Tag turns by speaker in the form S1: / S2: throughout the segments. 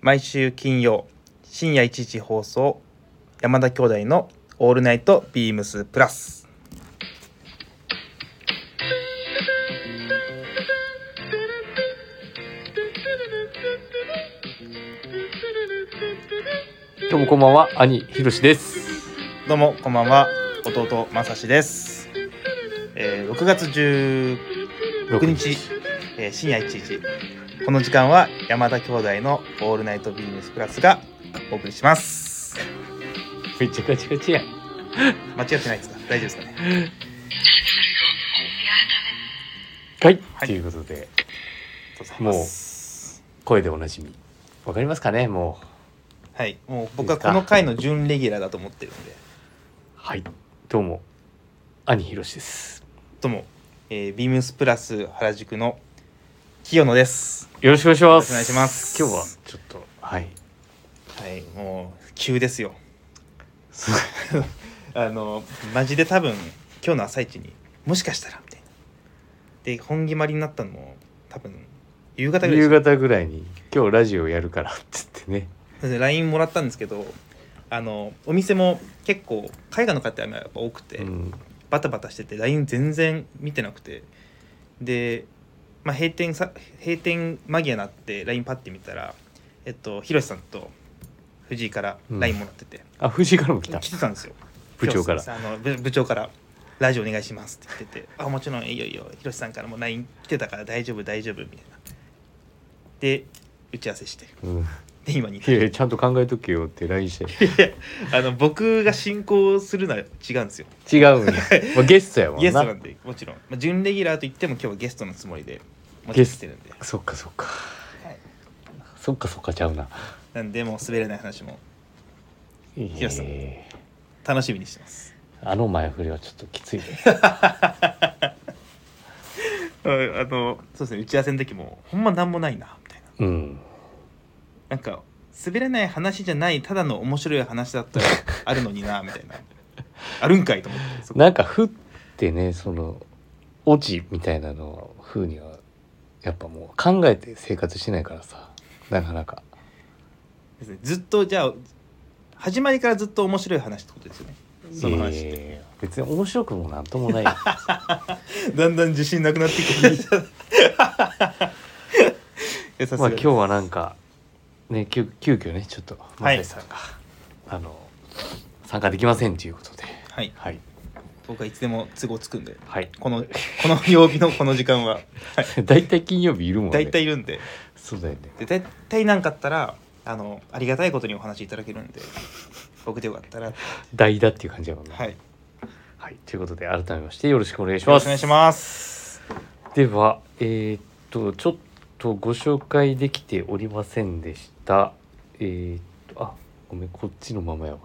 S1: 毎週金曜深夜1時放送山田兄弟の「オールナイトビームスプラス」
S2: 今日もこんばんは兄ひろしです
S1: どうもこんばんは弟まさしです、えー6月16日、えー深夜1時この時間は山田兄弟の「オールナイトビームスプラス」がお送りします
S2: めちゃくちゃくちゃや
S1: 間違ってないですか大丈夫ですかね
S2: はい、
S1: はい
S2: ということ
S1: あ
S2: で
S1: りがとうございます
S2: 声でおなじみわかりますかねもう
S1: はいもう僕はこの回の準レギュラーだと思ってるので
S2: はいどうも兄ひろしです
S1: どうも、えービームスプラス原宿の清野です
S2: よろしくお願いします
S1: お願いします
S2: 今日はちょっとはい
S1: はいもう急ですよ あのマジで多分今日の朝一にもしかしたらみたいなで本決まりになったのも多分夕方ぐら
S2: 夕
S1: いで
S2: 方ぐらいに今日ラジオやるからって言ってね
S1: すで LINE もらったんですけどあのお店も結構海外の方がやっぱ多くて、
S2: うん
S1: バタバタしてて LINE 全然見てなくてで、まあ、閉店さ閉店間際になって LINE パッて見たらえっとひろしさんと藤井から LINE もらってて、
S2: あ藤井からも来た
S1: 来てたんですよ
S2: 部長から
S1: あの部部長から「ラジオお願いします」って言ってて「あもちろんいいよいいよひろしさんからも LINE 来てたから大丈夫大丈夫」みたいなで打ち合わせして
S2: うん
S1: で今に至
S2: い
S1: る
S2: やいやちゃんと考えとけよって LINE して
S1: あの僕が進行するのは違うんですよ
S2: 違うん や、まあ、ゲストやもんな
S1: ゲストなんでもちろん、まあ、準レギュラーと言っても今日はゲストのつもりで持って
S2: ゲ
S1: き
S2: ス
S1: てるんで
S2: そっかそっか、
S1: はい
S2: そっかそっかちゃうな
S1: なんでもう滑らない話もやそう
S2: えー
S1: 楽しみにしてます。
S2: あの前振りはちょっときついね
S1: あのそうですね打ち合わせの時もほんまなんもないなみたいな
S2: うん
S1: なんか滑らない話じゃないただの面白い話だったらあるのになみ たいなあるんかいと思ってそこ
S2: なんか「ふ」ってねそのオチみたいなの風にはやっぱもう考えて生活してないからさなかなか
S1: です、ね、ずっとじゃあ始まりからずっと面白い話ってことですよねその話って、
S2: えー別に面白くもなんともな いよ
S1: だんだん自信なくなって くるいやさす
S2: ま
S1: が
S2: あ
S1: です
S2: 今日はなんかね急急遽ねちょっと
S1: は
S2: 松
S1: い
S2: 井さんが、あの参加できませんということで
S1: はい
S2: はい
S1: 僕はいつでも都合つくんで
S2: はい
S1: このこの曜日のこの時間 は
S2: 大体金曜日いるもんね
S1: 大体いるんで
S2: そうだよね
S1: で絶対なんかあったらあのありがたいことにお話しいただけるんで僕でよかったら
S2: 代打っていう感じだもんね
S1: はいよ
S2: はい、ということで改めましてよろしくお願いし
S1: ろ
S2: ま
S1: しくお
S2: す
S1: 願いします
S2: ではえーっとちょっとご紹介できておりませんでしたえーっとあごめんこっちのままやわ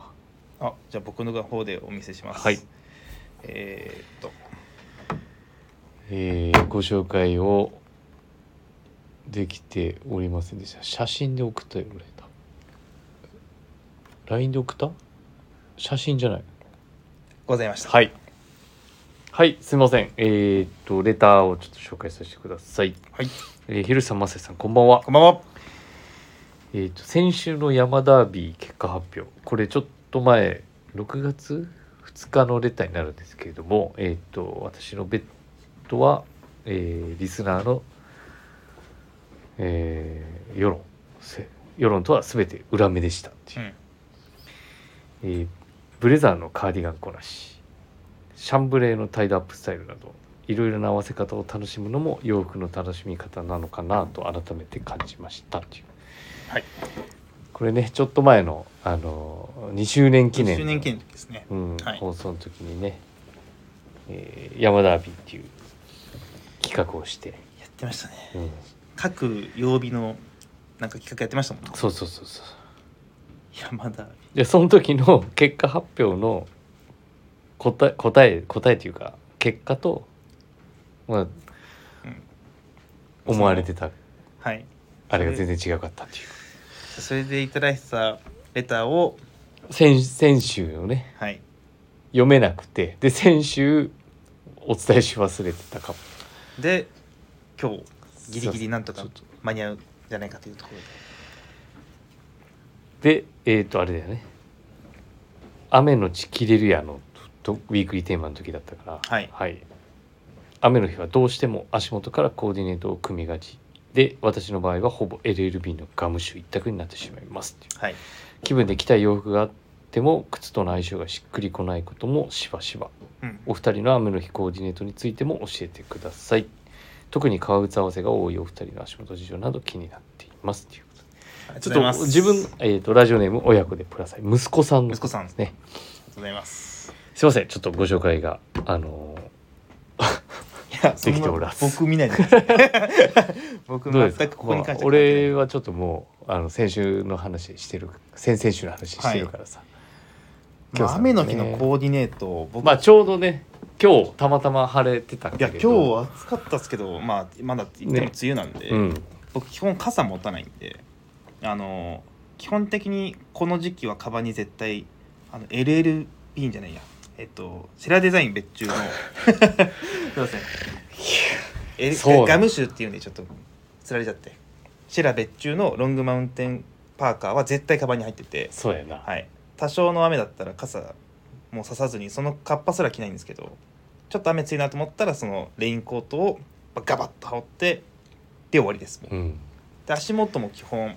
S1: あじゃあ僕の方でお見せします
S2: はい
S1: えーっと
S2: えーご紹介をできておりませんでした写真で送ったよ俺多分 LINE で送った写真じゃない
S1: ございました
S2: はいはいすいませんえーっとレターをちょっと紹介させてください、
S1: はい
S2: えー、ひるさんまさしさんこんばんは
S1: こんばんは
S2: えー、と先週の山ダービー結果発表これちょっと前6月2日のレターになるんですけれども、えー、と私のベッドは、えーリスナーの、えー世論せ世論とは全て裏目でしたっていう
S1: うん
S2: えーブレザーのカーディガンこなしシャンブレーのタイドアップスタイルなどいろいろな合わせ方を楽しむのも洋服の楽しみ方なのかなと改めて感じましたっていう
S1: はい
S2: これねちょっと前の、あのー2周年記念
S1: 10
S2: の
S1: 周年記念の時ですね
S2: うん
S1: はい
S2: 放送の時にね「えー、山ダービー」っていう企画をして、
S1: やってましたね
S2: うん
S1: 各曜日のなんか企画やってましたもんね
S2: そうそうそうそう
S1: いやまだ
S2: でその時の 結果発表の答え答え答えというか結果と、まあ、思われてた
S1: はい
S2: あれが全然違かったっていう
S1: それでいただいてたレターを
S2: 先先週をね
S1: はい
S2: 読めなくてで先週お伝えし忘れてたかも
S1: で今日ギリギリなんとか
S2: そうそう
S1: 間に合うじゃないかというところで
S2: でえっ、とあれだよね「雨のち切れるやの」とウィークリーテーマの時だったから、
S1: はい
S2: 雨の日はどうしても足元からコーディネートを組みがちで私の場合はほぼ LLB のガムシュ一択になってしまいますっていう
S1: はい
S2: 気分で着たい洋服があっても靴との相性がしっくりこないこともしばしば
S1: うん
S2: お二人の雨の日コーディネートについても教えてください特に革靴合わせが多いお二人の足元事情など気になっていますっていうことで
S1: ありが
S2: ち
S1: とうござい
S2: ょ
S1: ま
S2: っと
S1: す
S2: 自分、えー、とラジオネーム親子でプラス息子さんの
S1: 息子さんありがと
S2: ね
S1: うございます
S2: すいませんちょっとご紹介があの
S1: いやそん
S2: できておら
S1: な
S2: ず
S1: 僕見ないでください僕
S2: ー どうですか
S1: 全くここに関して
S2: まあ俺はちょっともうあの先週の話してる先々週の話してるからさ、
S1: まあ雨の日のコーディネート僕、
S2: まあちょうどね今日たまたま晴れてたん
S1: いや
S2: だ
S1: 今
S2: け
S1: 日
S2: ど
S1: 暑かったですけど、まあ、まだ言っても梅雨なんで、
S2: うん
S1: 僕基本傘持たないんであの基本的にこの時期はカバンに絶対あの LLB じゃないやえっとセラデザイン別注 のすいませんえ
S2: そうだ
S1: ガムシュっていうんでちょっとつられちゃってシェラ別注のロングマウンテンパーカーは絶対カバンに入ってて
S2: そうやな、
S1: はい、多少の雨だったら傘もうささずにそのカッパすら着ないんですけどちょっと雨強いなと思ったらそのレインコートをガバッと羽織ってで終わりですもう
S2: うん
S1: で足元も基本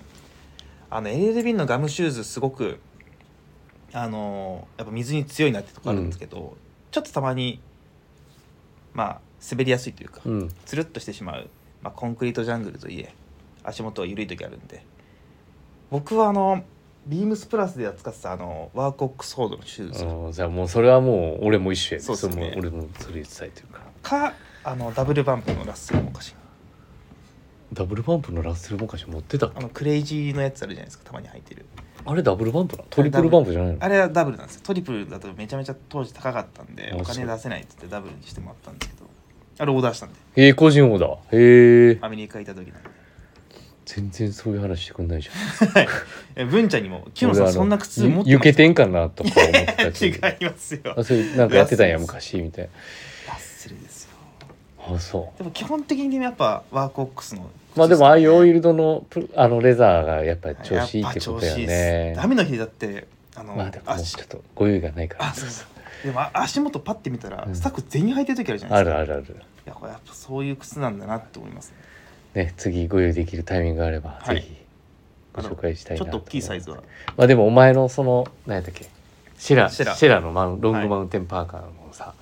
S1: あの LLB のガムシューズすごくあのーやっぱ水に強いなってとこあるんですけど、ちょっとたまにまあ滑りやすいというか、
S2: うん
S1: つるっとしてしまう、まあ、コンクリートジャングルといえ足元は緩い時あるんで僕はあのビームスプラスで扱ってたあのワークオックスフォードのシューズ
S2: ああじゃあもうそれはもう俺も一緒や
S1: そうっすね
S2: れも俺もそれ伝えてるから
S1: かあのダブルバンプのラッスルのお菓子
S2: ダブルバンプのラッセルボカシ持ってたっけ
S1: あのクレイジーのやつあるじゃないですかたまに入ってる
S2: あれダブルバンプなのトリプルバンプじゃないの
S1: あれはダブルなんですよトリプルだとめちゃめちゃ当時高かったんで
S2: あ
S1: お金出せないって言ってダブルにしてもらったんですけどあれオーダーしたんで
S2: ええ個人王だへえ
S1: アメリカ行った時なんで
S2: 全然そういう話してくんないじゃん
S1: え文ちゃんにも「キムさん
S2: 俺あの
S1: そんな靴持って
S2: ゆ
S1: ま
S2: け
S1: す
S2: てんかなとか思ってたけど
S1: 違いますよ
S2: あそれなんかやってたんや
S1: ラッセル
S2: 昔みたい
S1: ラッスルですよ
S2: なあそ
S1: でも基本的にやっぱワークオックスの
S2: うまあでもああいうオイルドのプあのレザーがやっぱ
S1: はい
S2: 調子いいってこと
S1: やっぱ調
S2: やね
S1: 子いいっす雨の日だってあの、
S2: まあでももう
S1: 足
S2: ちょっとご用意がないから
S1: あそうそうでもあ足元パッて見たら、
S2: うん
S1: スタッフ全員履いてる時あるじゃな
S2: あ
S1: いです
S2: る
S1: か
S2: あるある
S1: いやこれやっぱそういう靴なんだなって思いますね
S2: ね次ご用意できるタイミングがあれば、
S1: はい
S2: ぜひご紹介したい
S1: ち
S2: な
S1: ょっと大きい
S2: 思
S1: サ
S2: ま
S1: イ
S2: す
S1: ズは
S2: まあでもお前のその何やったっけシェラ
S1: シ
S2: シ
S1: ェ
S2: ェ
S1: ラ
S2: ラのマウンロングマウンテンパーカーのさ、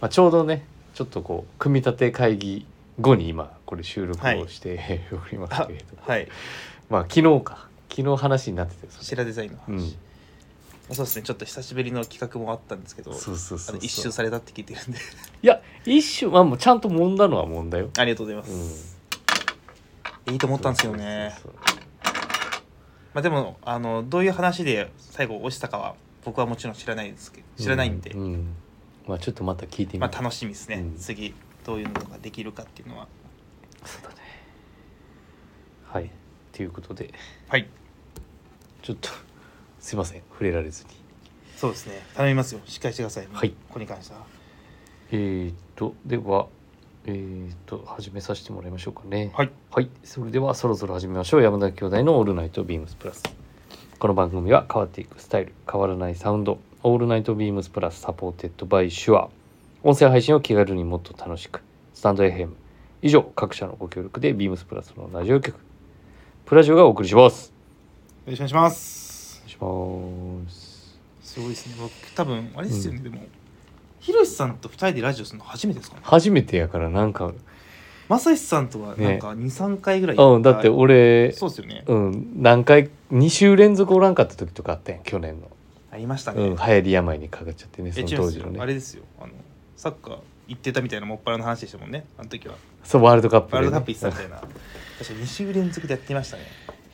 S2: まあ、ちょうどねちょっとこう組み立て会議後に今これ収録
S1: はい
S2: をして、 おります
S1: あ
S2: けれど
S1: はい
S2: まあ昨日か昨日話になってて
S1: シ
S2: そ
S1: ェラデザインの話、
S2: うん
S1: そうですねちょっと久しぶりの企画もあったんですけど
S2: れそうそう
S1: あ
S2: そ
S1: の
S2: う
S1: 一周
S2: そう
S1: されたって聞いてるんで
S2: いや一周まあもうちゃんと揉んだのは揉んだよ
S1: ありがとうございます、いいと思ったんですよね
S2: そうそう
S1: まあでもあのどういう話で最後落ちたかは僕はもちろん知らないですけど
S2: そう
S1: 知らないんで、
S2: ううんまあちょっとまた聞いてみ
S1: ま
S2: ま
S1: あ楽しみですね、
S2: うん
S1: 次どういうのができるかっていうのは
S2: そうだねはいということで
S1: はい
S2: ちょっとすいません触れられずに
S1: そうですね頼みますよしっかりしてください
S2: はい
S1: ここに関しては
S2: えー、っとではえー、っと始めさせてもらいましょうかね
S1: はい
S2: はい、それではそろそろ始めましょう山田兄弟の「オールナイトビームスプラス」この番組は変わっていくスタイル変わらないサウンド「オールナイトビームスプラスサポーテッドバイシュア」音声配信を気軽にもっと楽しくスタンド FM 以上各社のご協力でビームスプラスのラジオ局プラジオがお送りします
S1: よろしくお願いします
S2: お願いします
S1: すごいですね僕多分あれですよね、
S2: う
S1: でもひろしさんと二人でラジオするの初めてですかね
S2: 初めてやからなんか
S1: まさしさんとは
S2: ね
S1: なんか二三回ぐらい、
S2: うんだって俺
S1: そうですよね、
S2: うん何回2週連続おらんかった時とかあったやん去年の、
S1: ありましたね、
S2: うん、流行り病にかかっちゃってねそ
S1: え
S2: の
S1: 違うん
S2: 当
S1: です
S2: 時の
S1: よ
S2: ね
S1: あれですよあのサッカー行ってたみたいなもっぱらの話でしたもんねあの時は
S2: そうワールドカップ
S1: ワー
S2: でね
S1: ルドカップ行ってたみたいな確かに2週連続でやってましたね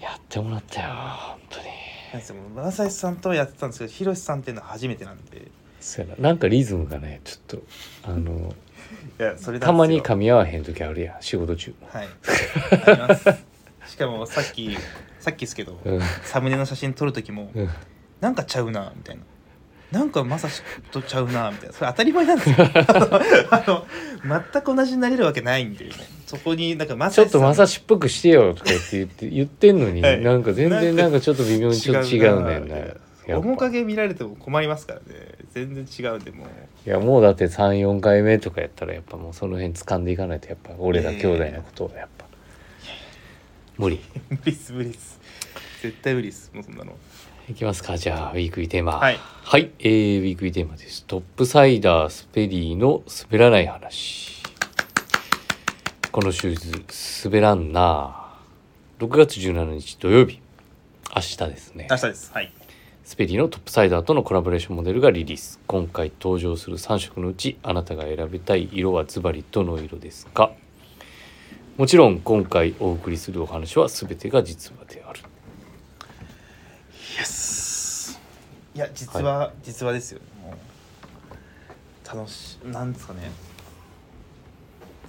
S2: やってもらったよ本当に
S1: なんですよもうまさしさんとはやってたんですけどひろしさんっていうのは初めてなんでい
S2: そうやななんかリズムがねちょっとあの
S1: やそれなんですよ
S2: たまに噛み合わへん時あるやん仕事中
S1: はい。ありますしかもさっきさっきですけど、
S2: うん
S1: サムネの写真撮る時も
S2: うん
S1: なんかちゃうなみたいな。なんかまさしとちゃうなみたいなそれ当たり前なんですよあの全く同じになれるわけないんでねそこになんかま
S2: ち
S1: さ
S2: ょっ
S1: しさ
S2: と
S1: ん
S2: まさしっぽくしてよとか言って言って言ってんのに、
S1: はい
S2: なんか全然
S1: な
S2: なん
S1: か
S2: んかちょっと微妙にちょっと違うんだよ
S1: 違
S2: ね
S1: な
S2: やっぱ
S1: 面影見られても困りますからね全然違うんでもう
S2: いやもうだって34回目とかやったらやっぱもうその辺掴んでいかないとやっぱ俺ら兄弟のことをやっぱ、無理
S1: 無理っす無理っす絶対無理っすもうそんなの
S2: いきますかじゃあウィークリーテーマ
S1: はい
S2: はい、えー、ウィークリーテーマですトップサイダースペリーの滑らない話このシューズ滑らんな6月17日土曜日明日ですね
S1: 明日ですはい
S2: スペリーのトップサイダーとのコラボレーションモデルがリリース今回登場する3色のうちあなたが選びたい色はズバリどの色ですかもちろん今回お送りするお話は全てが実話である
S1: イエスいや実は、実はですよもう楽しなんですかね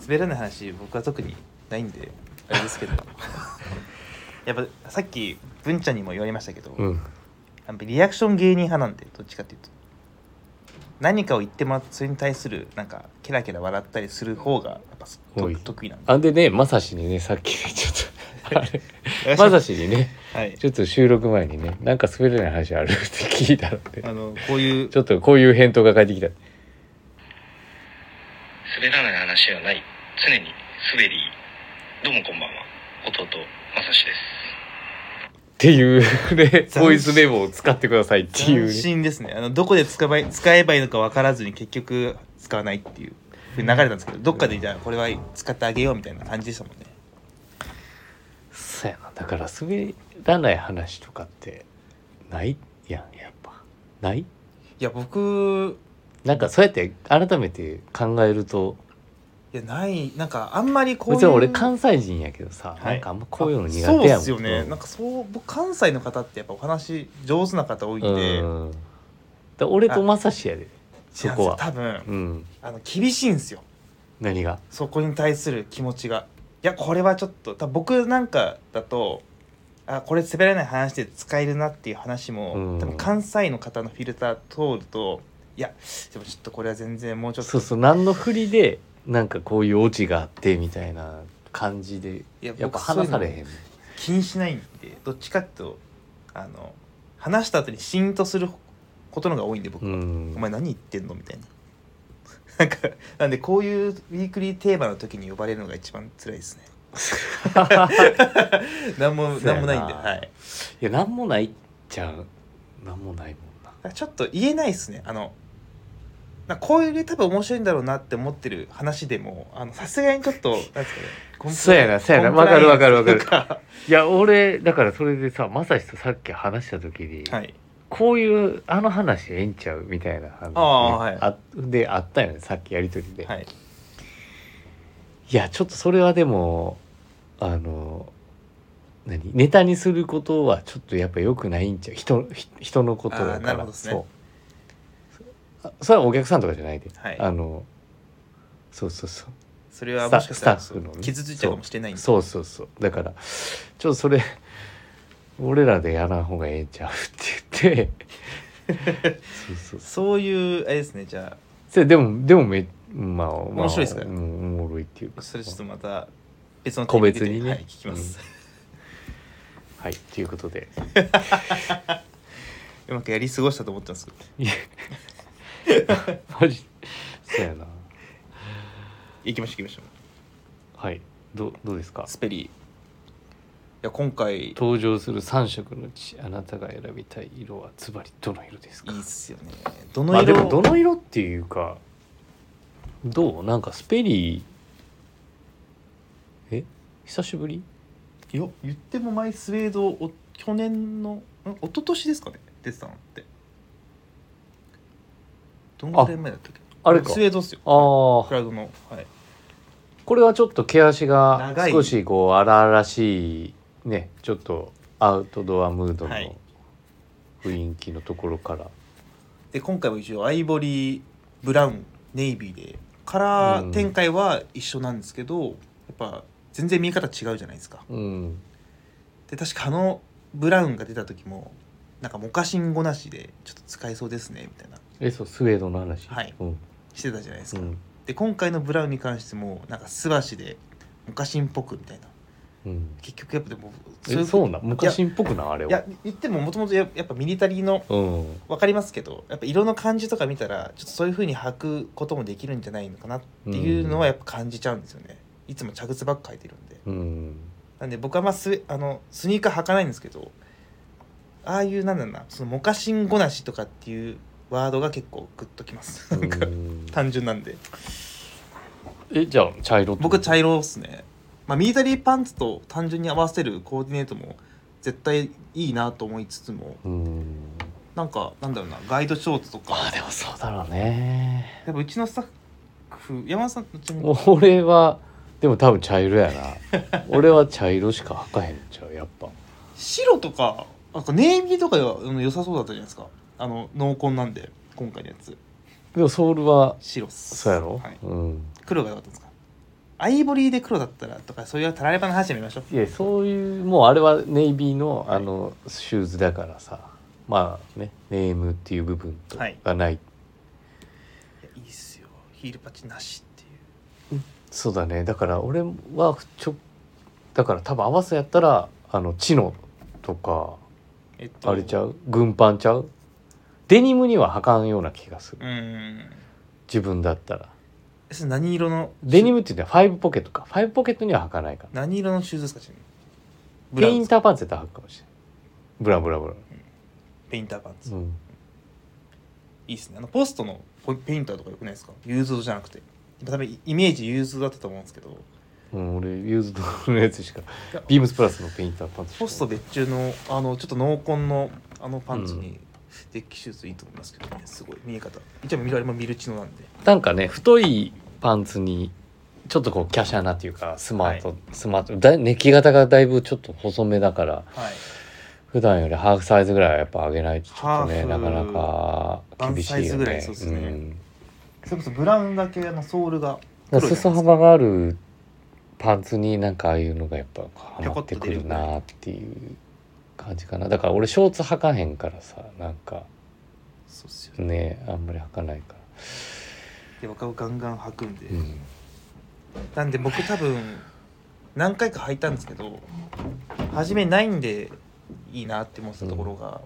S1: 滑らない話僕は特にないんであれ ですけどやっぱさっき文ちゃんにも言われましたけど、
S2: うん
S1: やっぱリアクション芸人派なんでどっちかっていうと何かを言ってもらってそれに対するなんかケラケラ笑ったりする方がやっぱす
S2: おい
S1: 得得意なんで
S2: あんでねまさしにねさっきちょっとあれまさしにね
S1: はい
S2: ちょっと収録前にねなんか滑らない話あるって聞いたので
S1: あのこういう
S2: ちょっとこういう返答が返ってきた
S3: 滑らない話はない常に滑りどうもこんばんは弟まさしです
S2: っていうね
S1: 斬新
S2: ボイスメモを使ってくださいってい
S1: 斬
S2: うね
S1: 新ですねあのどこで使えばい使えばいいのか分からずに結局使わないっていう流れなんですけどどっかでじゃあこれは使ってあげようみたいな感じでしたもんね
S2: そうやなだから滑らない話とかってないやんやっぱない
S1: いや僕
S2: なんかそうやって改めて考えると
S1: いやないなんかあんまりこういう
S2: 別に俺関西人やけどさ、
S1: い
S2: なんかあんまこういうの苦手や
S1: そ
S2: も
S1: うんですよね
S2: うん
S1: なんかそう僕関西の方ってやっぱお話上手な方多いんで
S2: うんだから俺とまさしやでそこ
S1: 違うんですよ多
S2: は
S1: 分
S2: うん
S1: あの厳しいんですよ
S2: 何が
S1: そこに対する気持ちがいやこれはちょっと多分僕なんかだとあこれ滑らない話で使えるなっていう話も、
S2: うん
S1: 多分関西の方のフィルター通るといやでもちょっとこれは全然もうちょっと
S2: そうそう何の振りでなんかこういうオチがあってみたいな感じで
S1: いや
S2: やっぱ
S1: 僕そうい
S2: 話
S1: うの
S2: されへん
S1: 気にしないんでどっちかっていうとあの話した後にシーンとすることのが多いんで僕
S2: う
S1: は、
S2: ん
S1: お前何言ってんのみたいな。 なんかなんでこういうウィークリーテーマの時に呼ばれるのが一番辛いですね。 なんも
S2: そうや
S1: なん
S2: な
S1: もないんで、はい。
S2: いや何もないっちゃ何もないもんな
S1: ちょっと言えないですねあのなんかこういうね多分面白いんだろうなって思ってる話でもあのさすがにちょっ となんですかねコンプライ
S2: そうやなそうやな
S1: コンプライアンス
S2: わかるわかるわ
S1: とか
S2: いや俺だからそれでさまさしとさっき話した時に、
S1: はい
S2: こういうあの話ええんちゃうみたいな話ね
S1: ああはい
S2: あであったよねさっきやりとりで、
S1: はい
S2: いやちょっとそれはでもあの何ネタにすることはちょっとやっぱ良くないんちゃう人ひ人のこと
S1: あ
S2: だ
S1: ーな
S2: か
S1: る
S2: ら
S1: ほどっすね
S2: そうあそれはお客さんとかじゃないで、
S1: はい
S2: あのそうそうそう
S1: それはもしかしたら
S2: スタスタッフのね
S1: 傷ついちゃうかもしれないんで
S2: そうそうそうだからちょっとそれ俺らでやらん方がええんちゃうって言って そうそう
S1: そういうあれですねじゃ
S2: それでもでもめまあ、まあ、面
S1: 白いっすか
S2: うん、おもろいっていう
S1: あ
S2: か
S1: それちょっとまた別の
S2: 個別にね
S1: はい、聞きます、
S2: はいということで
S1: うまくやり過ごしたと思ってますけど
S2: マジそうやな
S1: 行きましょう行きましょ
S2: はいどどうですか
S1: うスペリーいや今回い
S2: 登場する3色のうちあなたが選びたい色はズバリどの色ですか
S1: いっすよねどの
S2: まあで
S1: 色、
S2: もどの色っていうかどうなんかスペリーえ久しぶり
S1: いや言ってもマイスウェードを去年のん一昨年ですかね出てたのってどんぐらい前だったっけ
S2: あれか
S1: スウェードっすよ
S2: ああ
S1: クラウドのはい
S2: これはちょっと毛足が
S1: 長い
S2: 少しこう荒々しいねちょっとアウトドアムードの
S1: はい
S2: 雰囲気のところから、
S1: で今回も一応アイボリーブラウンネイビーでカラー展開は一緒なんですけど、やっぱ全然見え方違うじゃないですか
S2: うん
S1: で確かあのブラウンが出た時もなんかモカシン語なしでちょっと使えそうですねみたいな
S2: えそうスウェードの話
S1: はい
S2: うん
S1: してたじゃないです
S2: う
S1: か、
S2: ん
S1: で今回のブラウンに関してもなんか素足でモカシンっぽくみたいな
S2: うん
S1: 結局やっぱでも
S2: えそうなん昔っぽくなあれ
S1: いや
S2: はい
S1: や言ってももともとややっぱミリタリーの
S2: うん
S1: わかりますけどやっぱ色の感じとか見たらちょっとそういう風に履くこともできるんじゃないのかなっていうのはやっぱ感じちゃうんですよね、いつも着靴ばっか履いてるんで
S2: うん
S1: なんで僕はまあスあのスニーカー履かないんですけどああいうなんだろうなそのモカシンごなしとかっていうワードが結構グッときますなんか
S2: うん
S1: 単純なんで
S2: えじゃあ茶色ってこと
S1: 僕茶色っすね、まあ、ミリタリーパンツと単純に合わせるコーディネートも絶対いいなと思いつつも
S2: うん
S1: なんかなんだろうなガイドショーツとか
S2: まあでもそうだろうね
S1: やっぱうちのスタッフ山田さんちなみに
S2: 俺はでも多分茶色やな 俺は茶色しか履かへんちゃうやっぱ
S1: 白とかなんかネイビーとかがあの良さそうだったじゃないですかあの濃紺なんで今回のやつ
S2: でもソールは
S1: 白っす
S2: そうやろ、
S1: はい、
S2: うん
S1: 黒が良かったんですかアイボリーで黒だったらとかそういうたらればの話やめましょう
S2: いやそういうもうあれはネイビーの
S1: はい
S2: あのシューズだからさ、まあねネームっていう部分と
S1: はい
S2: がない、
S1: いやいいっすよヒールパッチなしっていう
S2: そうだねだから俺はちょだから多分合わせやったらあのチノとか
S1: えっと
S2: あれちゃう軍パンちゃうデニムには履かんような気がする
S1: うーん
S2: 自分だったら
S1: えそれ何色の
S2: デニ
S1: ム
S2: ムっていうのはファイブポケットかファイブポケットには履かないから
S1: 何色のシューズですかちなみにブラ
S2: ペ
S1: ウン
S2: イ
S1: で
S2: ン
S1: すか
S2: ターパンツやったら履くかもしれないブラブラブラ
S1: ペインターパンツ、
S2: うん
S1: いいっすねあのポストのポペインターとかよくないですかユーズドじゃなくて多分イメージユーズドだったと思うんですけど
S2: うん、俺ユーズドのやつしかビームスプラスのペインターパンツしか
S1: ポスト別注のあのちょっと濃紺のあのパンツにデッキシューズいいと思いますけどねすごい見え方一応見られもミルチノなんで
S2: なんかね太いパンツにちょっとこう華奢なっていうかスマート、スマートだいネッキ型がだいぶちょっと細めだから
S1: はい
S2: 普段よりハーフサイズぐらいはやっぱ上げないとちょっとね
S1: ハ
S2: な
S1: ーフ
S2: かなか厳しいよ
S1: ワンサ
S2: ね
S1: イズぐらいそうですね
S2: ん、だ
S1: それこそブラウンだけのソールが
S2: から裾幅があるパンツになんかああいうのがやっぱハマってくるなっていう感じかなだから俺ショーツ履かへんからさなんか
S1: そうっすよね
S2: ねあんまり履かないか
S1: で僕はガンガン履くんで、
S2: ら、うん
S1: なんで僕多分何回か履いたんですけど初めないんでいいなって思ってたところが、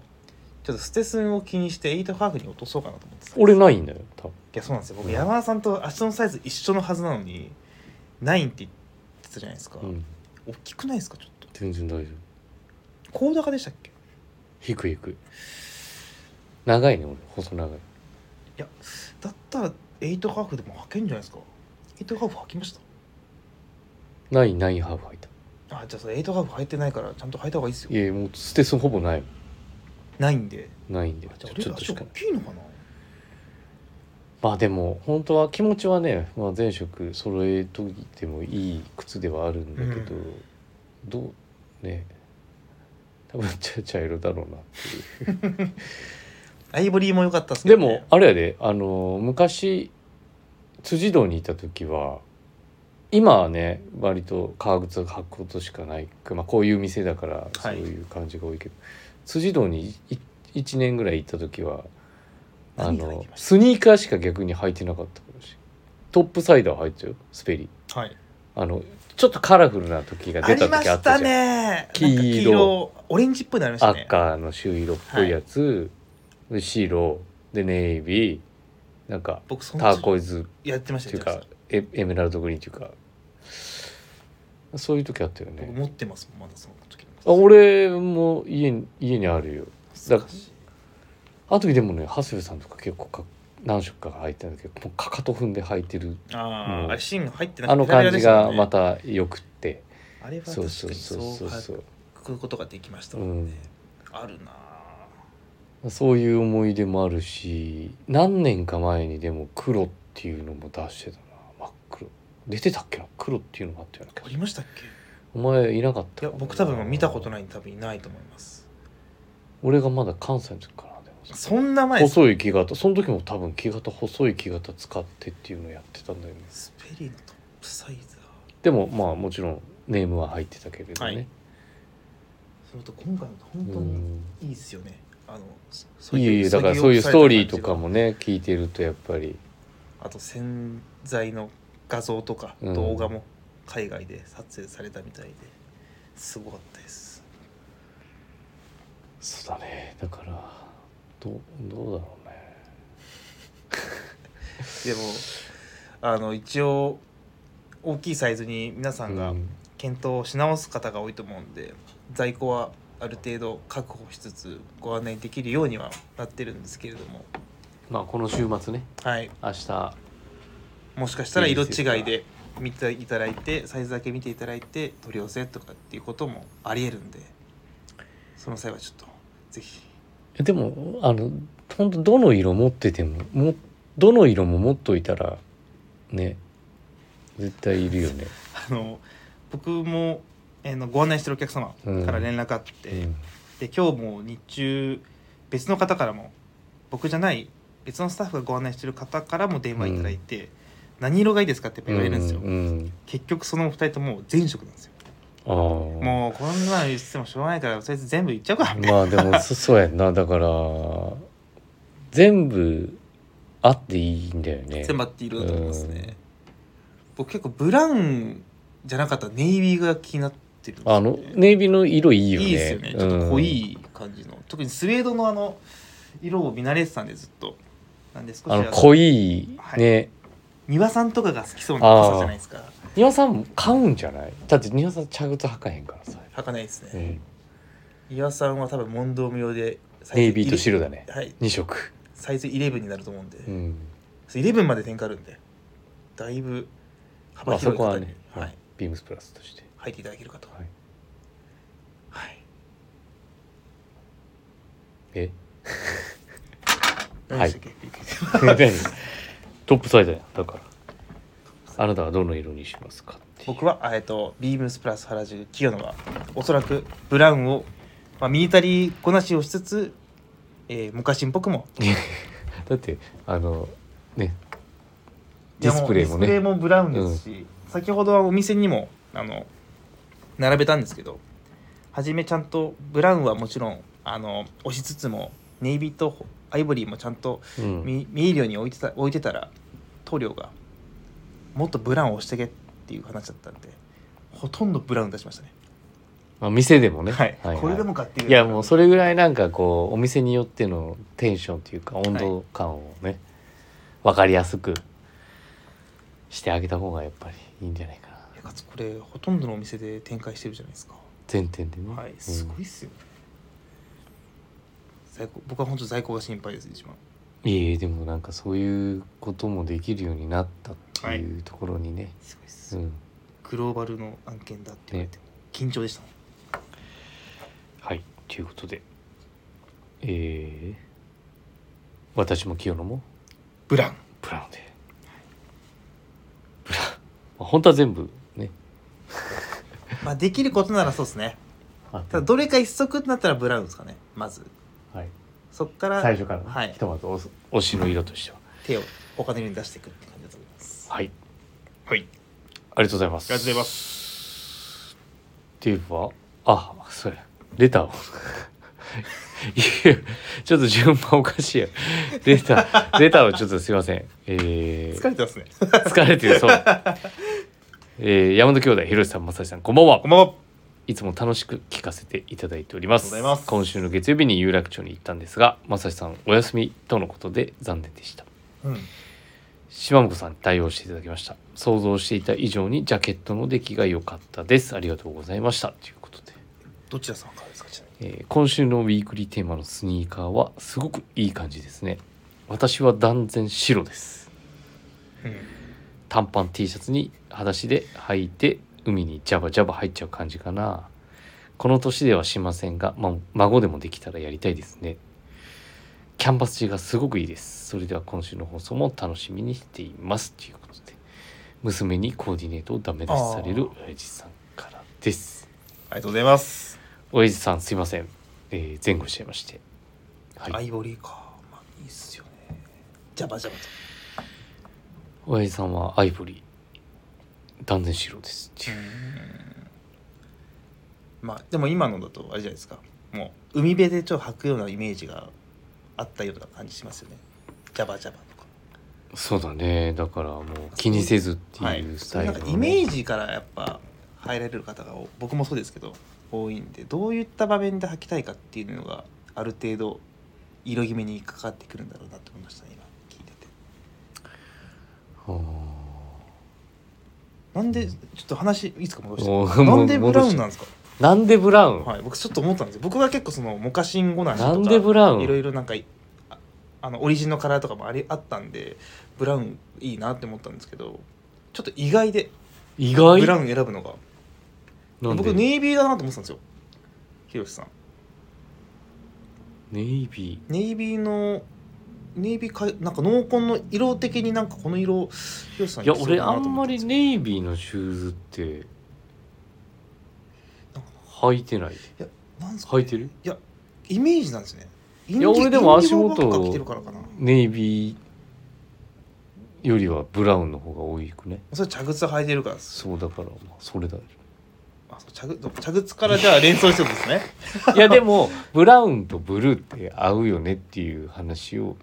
S1: ちょっとステスンを気にして8ハーフに落とそうかなと思ってた
S2: 俺
S1: い
S2: ないんだよ多分
S1: やそうなんですよ僕山田さんと足のサイズ一緒のはずなのにないんって言ってたじゃないですか、
S2: うん
S1: 大きくないですかちょっと
S2: 全然大丈夫
S1: 高高でしたっけい
S2: 低く低く長いね俺細長い
S1: やだったら8ハーフでも履けんじゃないですか8ハーフ履きました
S2: ないないハーフ履いた
S1: あじゃあそれ8ハーフ履いてないからちゃんと履いた方がいいですよ
S2: いやもうステスほぼないも
S1: ないんで
S2: んないんだよ
S1: あじゃあ俺
S2: ちょ
S1: ら
S2: っと
S1: 足
S2: し
S1: 大
S2: かない
S1: きいのかな
S2: まあでも本当は気持ちはね、まあ、前職揃えといてもいい靴ではあるんだけど、
S1: う
S2: どうね多分茶茶色だろうなっていう
S1: アイボリーも良かったっすけ
S2: で
S1: どね
S2: もあれやであの昔辻堂にいた時は今はね割と革靴を履くことしかない、まあ、こういう店だからそう
S1: い
S2: いう感じが多いけど、辻堂に1年ぐらい行った時はあ
S1: 何が入っ
S2: の
S1: てまし
S2: スニーカーしか逆に履いてなかったからしトップサイダー履いてたよスペリ
S1: たはい
S2: あのちょっとカラフルな時が
S1: あ
S2: 出た
S1: りま
S2: 時あ
S1: し
S2: った
S1: た
S2: じゃん
S1: ね
S2: 黄色
S1: なんか黄色オレンジっぽいのありましたね
S2: 赤の朱色っぽいやつ、で白でネイビーなんか
S1: 僕その
S2: ター
S1: 時
S2: コイズ
S1: やってまし
S2: ったてい
S1: や
S2: う
S1: ってま
S2: か
S1: した
S2: エエメラルドグリーンっていうかそういう時あったよ
S1: 僕
S2: ね
S1: 持ってますもんまだその時
S2: あ俺も家に家にあるよ
S1: 懐かしい
S2: あの時でもね長谷部さんとか結構か何色かが履いてるんだけどもうかかと踏んで履いてる
S1: あ
S2: うん
S1: ああれ芯が入ってな
S2: あの
S1: ペラペラ
S2: 感
S1: で
S2: じ
S1: したも
S2: が
S1: んね
S2: また良くって
S1: あれは確か
S2: そう
S1: にそ
S2: そ
S1: うう
S2: そうそうそ
S1: 履くことができましたもんねあるなあ
S2: うそういう思い出もあるし何年か前にでも黒っていうのも出してたな真っ黒出てたっけな黒っていうのもあったような
S1: あ
S2: 気
S1: り
S2: が
S1: ましたっ
S2: お前いなかった
S1: けい
S2: か
S1: や
S2: な
S1: 僕多分見たことないんで多分いないと思います
S2: 俺がまだ関西の時かなでも
S1: そんな前です
S2: 細い木型その時も多分木型細い木型使ってっていうのをやってたんだよね
S1: スペリーのトップサイズだ
S2: でもまあもちろんネームは入ってたけれどね、
S1: はいそれと今回の本当
S2: う
S1: に
S2: ん
S1: いいっすよねあのそそ
S2: いえいえだから
S1: そ
S2: そうう
S1: い
S2: いうう
S1: スト
S2: スト
S1: ー
S2: ー
S1: リ
S2: リ
S1: ー
S2: ー
S1: と
S2: と
S1: か
S2: かもね聞いてるとやっぱり
S1: あと洗剤の画像とか
S2: うん
S1: 動画も海外で撮影されたみたいですごかったです
S2: そうだねだからどうどうだろうね
S1: でもあの一応大きいサイズに皆さんが
S2: うん
S1: 検討し直す方が多いと思うんで、在庫はある程度確保しつつご案内できるようにはなってるんですけれども
S2: まあこの週末ね
S1: はい
S2: 明日
S1: もしかしたら
S2: いい
S1: 色
S2: ですよ
S1: 違いで見ていただいてサイズだけ見ていただいて取り寄せとかっていうこともありえるんでその際はちょっとぜひ
S2: えでもあの本当どの色持っててももどの色も持っといたらね絶対いるよね
S1: あの僕も、えーのご案内してるお客様から連絡あって、
S2: うん
S1: で今日も日中別の方からも僕じゃない別のスタッフがご案内してる方からも電話いただいて、何色がいいですかってやっぱ言われるんですよ、
S2: うん
S1: 結局そのお二人とも全色なんですよ、
S2: ああ
S1: もうこんなの言ってもしょうがないからとりあえず全部言っちゃうかみたいな
S2: まあでもそ そうやんなだから全部あっていいんだよね
S1: 全部あって色だと思いますね僕結構ブラウンじゃなかったらネイビーが気になってるんです
S2: あ
S1: よ、
S2: のネイビーの色いいよね
S1: いいですよねちょっと濃い感じの、特にスウェードのあの色を見慣れてたんでずっとなんで少し
S2: うんあの
S1: あの
S2: 濃い
S1: はい
S2: ね
S1: 庭さんとかが好きそうな傘じゃないですか
S2: 庭さん買うんじゃないだって庭さん茶靴履かへんからさ、
S1: 履かないです
S2: う
S1: ね、
S2: ん、
S1: 庭さんは多分問答無用でサ
S2: ネ
S1: イ
S2: イ
S1: ズ
S2: ビーと白だね
S1: はい
S2: 2色
S1: サイズ11になると思うんで、
S2: うん
S1: 11まで点火あるんでだいぶ
S2: ま
S1: 幅
S2: あそ
S1: 広い
S2: こ
S1: 方
S2: は
S1: に
S2: ね、、
S1: は
S2: はいい、ビームスプラスとして、
S1: 入っていただけるかと
S2: はい、
S1: はい
S2: え
S1: 何でしたっけ、
S2: トップサイドやだからあなたはどの色にしますかっていう
S1: 僕は、あえっと、ビームスプラス原宿清野がおそらくブラウンを、まあ、ミリタリーこなしをしつつ、えー、昔っぽくも
S2: だってあのね
S1: い
S2: デ
S1: や
S2: ィスプレイもね
S1: ディスプレイもブラウンですし、先ほどはお店にもあの並べたんですけど初めちゃんとブラウンはもちろんあの押しつつもネイビーとアイボリーもちゃんと
S2: うん、
S1: 見見えるように置いてた置いてたら棟梁がもっとブラウンを押してけっていう話だったんでほとんどブラウン出しましたね
S2: まあ、店でもね、
S1: はい、これでもかっていう
S2: いやもうそれぐらいなんかこうお店によってのテンションというか温度感をね、わ分かりやすくしてあげた方がやっぱりいいんじゃないかな
S1: かつこれほとんどのお店で展開してるじゃないですか
S2: 全店でね、
S1: はい
S2: うん
S1: すごいっすよね、在庫僕は本当在庫が心配です一番
S2: いえいえでもなんかそういうこともできるようになったっていうところにね、
S1: すごいっす
S2: うん
S1: グローバルの案件だって言われて、緊張でしたもん
S2: はいということでえー、私も清野も
S1: ブラン
S2: プランで、プラン、 まあ、本当は全部ね
S1: まあできることならそうですね
S2: あった
S1: だどれか一足ってなったらブラウンですかねまず
S2: はい、
S1: そっから
S2: 最初からね、
S1: はい
S2: ひとまずお推しの色としては
S1: 手を他のように出していくって感じだと思います
S2: はい
S1: はいあり
S2: ありがとうございます
S1: がとうございます
S2: っていうのはあそれレターを いやちょっと順番おかしいやレターレターをちょっとすいませんえー
S1: 疲れてますね
S2: 疲れてるそうえー、山本兄弟ひろしさんまさしさんこんばんは
S1: こんばんはい
S2: つも楽しく聞かせていただいております
S1: ありがとうございます
S2: 今週の月曜日に有楽町に行ったんですがまさしさんお休みとのことで残念でした
S1: うん
S2: 島本さんに対応していただきました想像していた以上にジャケットの出来が良かったですありがとうございましたということで
S1: どちらさんからですかちなみに
S2: えー今週のウィークリーテーマのスニーカーはすごくいい感じですね私は断然白です短パン T シャツに裸足で履いて海にジャバジャバ入っちゃう感じかなこの年ではしませんが、ま、孫でもできたらやりたいですねキャンバス地がすごくいいですそれでは今週の放送も楽しみにしていますということで娘にコーディネートをダメ出しされる親父さんからです
S1: ありがとうございます、
S2: 親父さんすいません、えー前後しちゃいましては
S1: ア
S2: い
S1: イボリーかまあいいっすよねジャバジャバと
S2: 親父さんはアイボリー断然白ですっていう
S1: まあでも今のだとあれじゃないですかもう海辺でちょっと履くようなイメージがあったような感じしますよねジャバジャバとか
S2: そうだねだからもう気にせずっていうスタイル
S1: なん
S2: の
S1: か
S2: ね
S1: イメージからやっぱ入られる方が僕もそうですけど多いんでどういった場面で履きたいかっていうのがある程度色決めにかかってくるんだろうなと思いましたね今聞いてて
S2: は
S1: なんでちょっと話いいですか戻
S2: お
S1: して
S2: ー
S1: なんで
S2: もう
S1: ブラウンなんですか
S2: あなんでブラウン、
S1: はい僕ちょっと思ったんですよ僕は結構そのモカシンゴナシとか
S2: なんでブラウン
S1: いろいろなんかいああのオリジンのカラーとかもありあったんでブラウンいいなって思ったんですけどちょっと意外で
S2: 意外
S1: ブラウン選ぶのが
S2: なんで
S1: 僕ネイビーだなと思ってたんですよひろしさん
S2: ネイビ
S1: ネイビーのネイビーかなんか濃紺の色的になんかこの色ひろしさ
S2: ー
S1: ん
S2: いや
S1: きそう
S2: 俺
S1: だ
S2: あ
S1: なと
S2: ん
S1: 思っ
S2: ま
S1: たで
S2: り
S1: す
S2: ネイビーのシューズって履いてない
S1: なんですか
S2: 履いてる
S1: イメージなんですねい
S2: や俺でも足
S1: と
S2: 元
S1: か着てるからかな
S2: ネイビーよりはブラウンの方が多いくね
S1: それ茶靴履いてるからです
S2: そうだから、まあ、それだよ
S1: あそう茶靴茶靴からじゃあ連想してるんですね、
S2: いやでもブラウンとブルーって合うよねっていう話を
S1: うん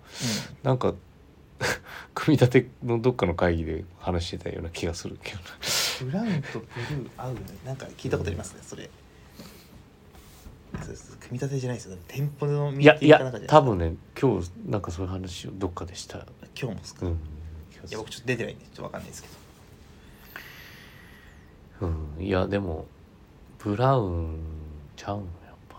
S2: なんか 組み立てのどっかの会議で話してたような気がするけど
S1: ブラウンとブルー合うねなんか聞いたことありますねそれそうです組み立てじゃないですよ店舗の
S2: い
S1: ミ
S2: や
S1: ー
S2: い
S1: ティングかなんか
S2: や
S1: じゃないですか
S2: 多分ね今日なんかそういう話をどっかでした、
S1: 今日もですか、
S2: う
S1: い
S2: ん、
S1: や僕ちょっと出てないんでちょっとわかんないですけど
S2: うん、いやでもブラウンちゃうんやっぱ、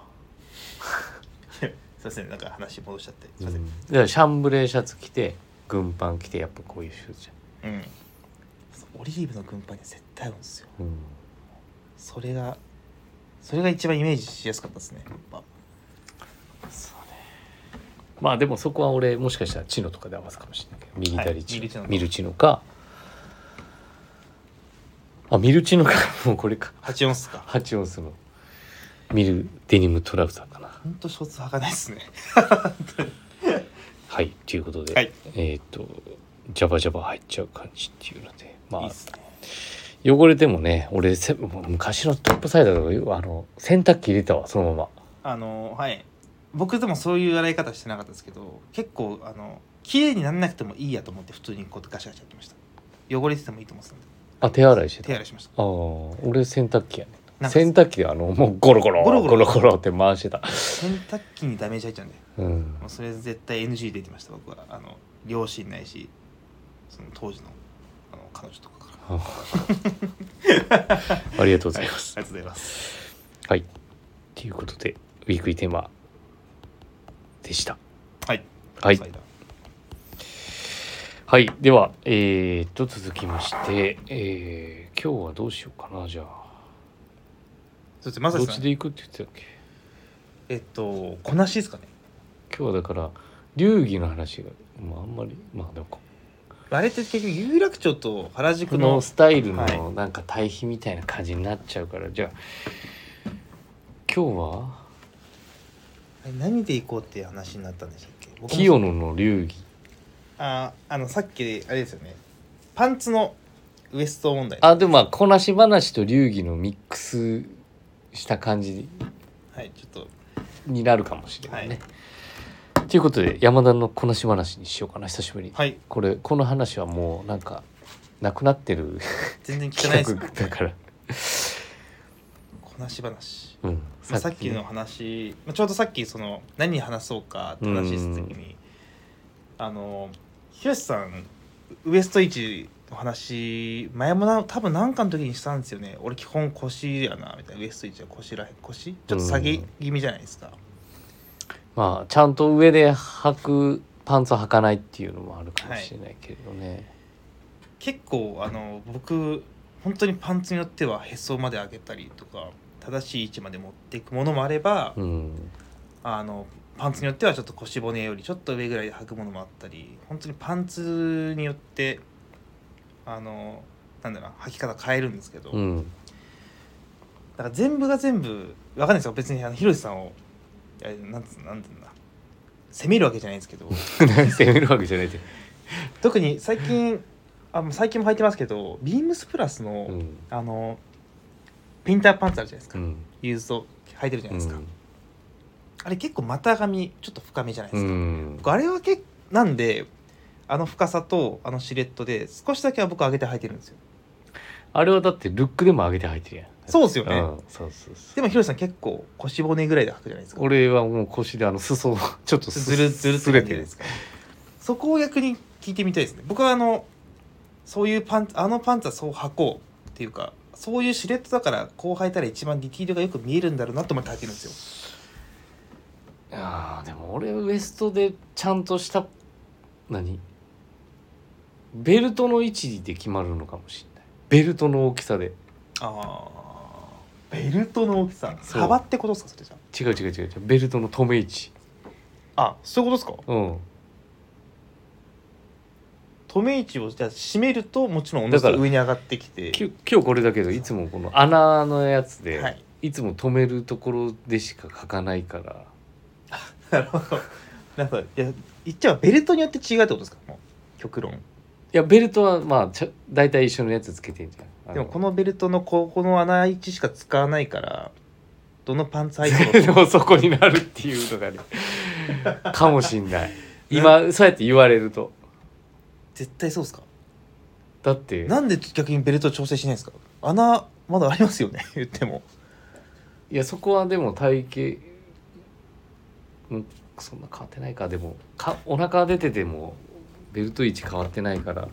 S1: すいませんなんか話戻しちゃってすいま
S2: う
S1: せん
S2: ん、だからシャンブレーシャツ着て軍パン着てやっぱこういうシューズじ
S1: うん、オリーブの軍配には絶対合うんですよ
S2: ゃん、うん、
S1: それがそれが一番イメージしやすかったですねやっぱ
S2: まあでもそこは俺もしかしたらチノとかで合わすかもしれないけどミリタリーチ
S1: はいミリチ
S2: ノ、
S1: ノ
S2: ミルチノかあミルチノか もうこれか
S1: 八四っすか
S2: 8オンスのミルデニムトラウザーかな
S1: ほんとショーツ履かないですね
S2: はいということで、
S1: はい
S2: えーっ、とジャバジャバ入っちゃう感じっていうのでまあ
S1: いいっすね
S2: 汚れてもね俺せもう昔のトップサイダーとかよあの洗濯機入れたわそのまま
S1: あのはい僕でもそういう洗い方してなかったですけど結構あの綺麗にならなくてもいいやと思って普通にこうガシャガシャやってました汚れててもいいと思ってたんで
S2: あ手洗いして
S1: 手
S2: たあ
S1: 洗いしました
S2: あー俺洗濯機やね
S1: なんか
S2: 洗濯機であのもうゴロゴロ
S1: ゴロゴロ
S2: ゴロって回してた
S1: 洗濯機にダメージ入っちゃうんで
S2: うん
S1: もうそれ絶対 NG 出てました僕はあの両親ないしその当時のあの彼女とかから
S2: あありがとうございます
S1: ありがとうございます
S2: はい。ということで、ウィークリーテーマでした。
S1: はい
S2: はい
S1: サイ。ダー
S2: はい。では、えー、っと、続きまして、えー、今日はどうしようかな、じゃあ。
S1: そしてまさ
S2: どっ
S1: しさ
S2: ち
S1: ん
S2: で行くって言ってたっけ
S1: えっとこなしですかね
S2: 今日はだから、流儀の話が、まあ、あんまり、まあ、でもこ
S1: あれって結局有楽町と原宿
S2: こ
S1: の
S2: のスタイル
S1: は
S2: の、なんか対比みたいな感じになっちゃうから、じゃあ、今日は、
S1: あれ何で行こうっていう話になったんでしたっけ僕も
S2: 清野の流儀。
S1: ああのさっきあれですよねパンツのウエスト問題
S2: あ、でもまあ、こなし話と流儀のミックスした感じ
S1: はいちょっと
S2: になるかもしれない
S1: は
S2: ね。ということで山田のこなし話にしようかな久しぶりに、
S1: はい
S2: これこの話はもうなんかなくなってる
S1: 全然聞かない
S2: 企
S1: です
S2: 画だから、
S1: こなし話
S2: うん、
S1: まあさっきの話、まあ、ちょうどさっきその何話そうかって話した時にあのひろしさんウエスト位置の話前もな多分何かの時にしたんですよね俺基本腰やなみたいなウエスト位置は腰らへん腰ちょっと下げ気味じゃないですか、
S2: まあちゃんと上で履くパンツを履かないっていうのもあるかもしれないけれどね、
S1: 結構あの僕本当にパンツによってはへそまで上げたりとか正しい位置まで持っていくものもあれば、
S2: うん
S1: あのパンツによってはちょっと腰骨よりちょっと上ぐらいで履くものもあったり本当にパンツによってあのなんだろうな履き方変えるんですけど、
S2: う
S1: だ
S2: ん
S1: から全部が全部わかんないですよ別にあの広瀬さんをいやなんつなんていうんだ責めるわけじゃないんです けど
S2: 攻めるわけじゃないで、
S1: 特に最近あもう最近も履いてますけどビームスプラスの、
S2: うん
S1: あのピンターパンツあるじゃないです
S2: う
S1: か、
S2: ん
S1: ユーズド履いてるじゃ
S2: う
S1: ないですか、
S2: ん
S1: あれ結構股上ちょっと深めじゃないで
S2: う
S1: すか、
S2: ん
S1: 僕あれはけなんであの深さとあのシレットで少しだけは僕上げて履いてるんですよ
S2: あれはだってルックでも上げて入ってるやん
S1: そうですよね
S2: うんそうそうそう
S1: でもヒロシさん結構腰骨ぐらいで履くじゃないですか
S2: 俺はもう腰であの裾をちょっと
S1: ずるずる
S2: すれてる
S1: すかそこを逆に聞いてみたいですね僕はあのそういうパンツあのパンツはそう履こうっていうかそういうシレットだからこう履いたら一番ディティールがよく見えるんだろうなと思って履いてるんですよ
S2: あーでも俺ウエストでちゃんとした何ベルトの位置で決まるのかもしれないベルトの大きさで
S1: ああベルトの大きさ
S2: そう
S1: 幅ってことですかそれじゃ
S2: 違う違う違う違うベルトの止め位置
S1: ああそういうことですか
S2: うん
S1: 止め位置をじゃあ締めるともちろん同じ
S2: だから
S1: 上に上がってきて
S2: きゅ今日これだけどいつもこの穴のやつで、、
S1: はいい
S2: つも止めるところでしか書かないから
S1: なるほどなんかいや言っちゃえばベルトによって違うってことですかもう極論
S2: いやベルトはまあちゃ大体一緒のやつつけてんじゃん
S1: でもこ
S2: の
S1: のベルトのここの穴位置しか使わないからどのパンツ履い ても
S2: のそこになるっていうのがねかもしんない今そうやって言われると
S1: 絶対そうですか
S2: だって
S1: なんで逆にベルト調整しないんですか穴まだありますよね 言っても
S2: いやそこはでも体型うんそんな変わってないかでもかお腹が出ててもベルト位置変わってないから
S1: い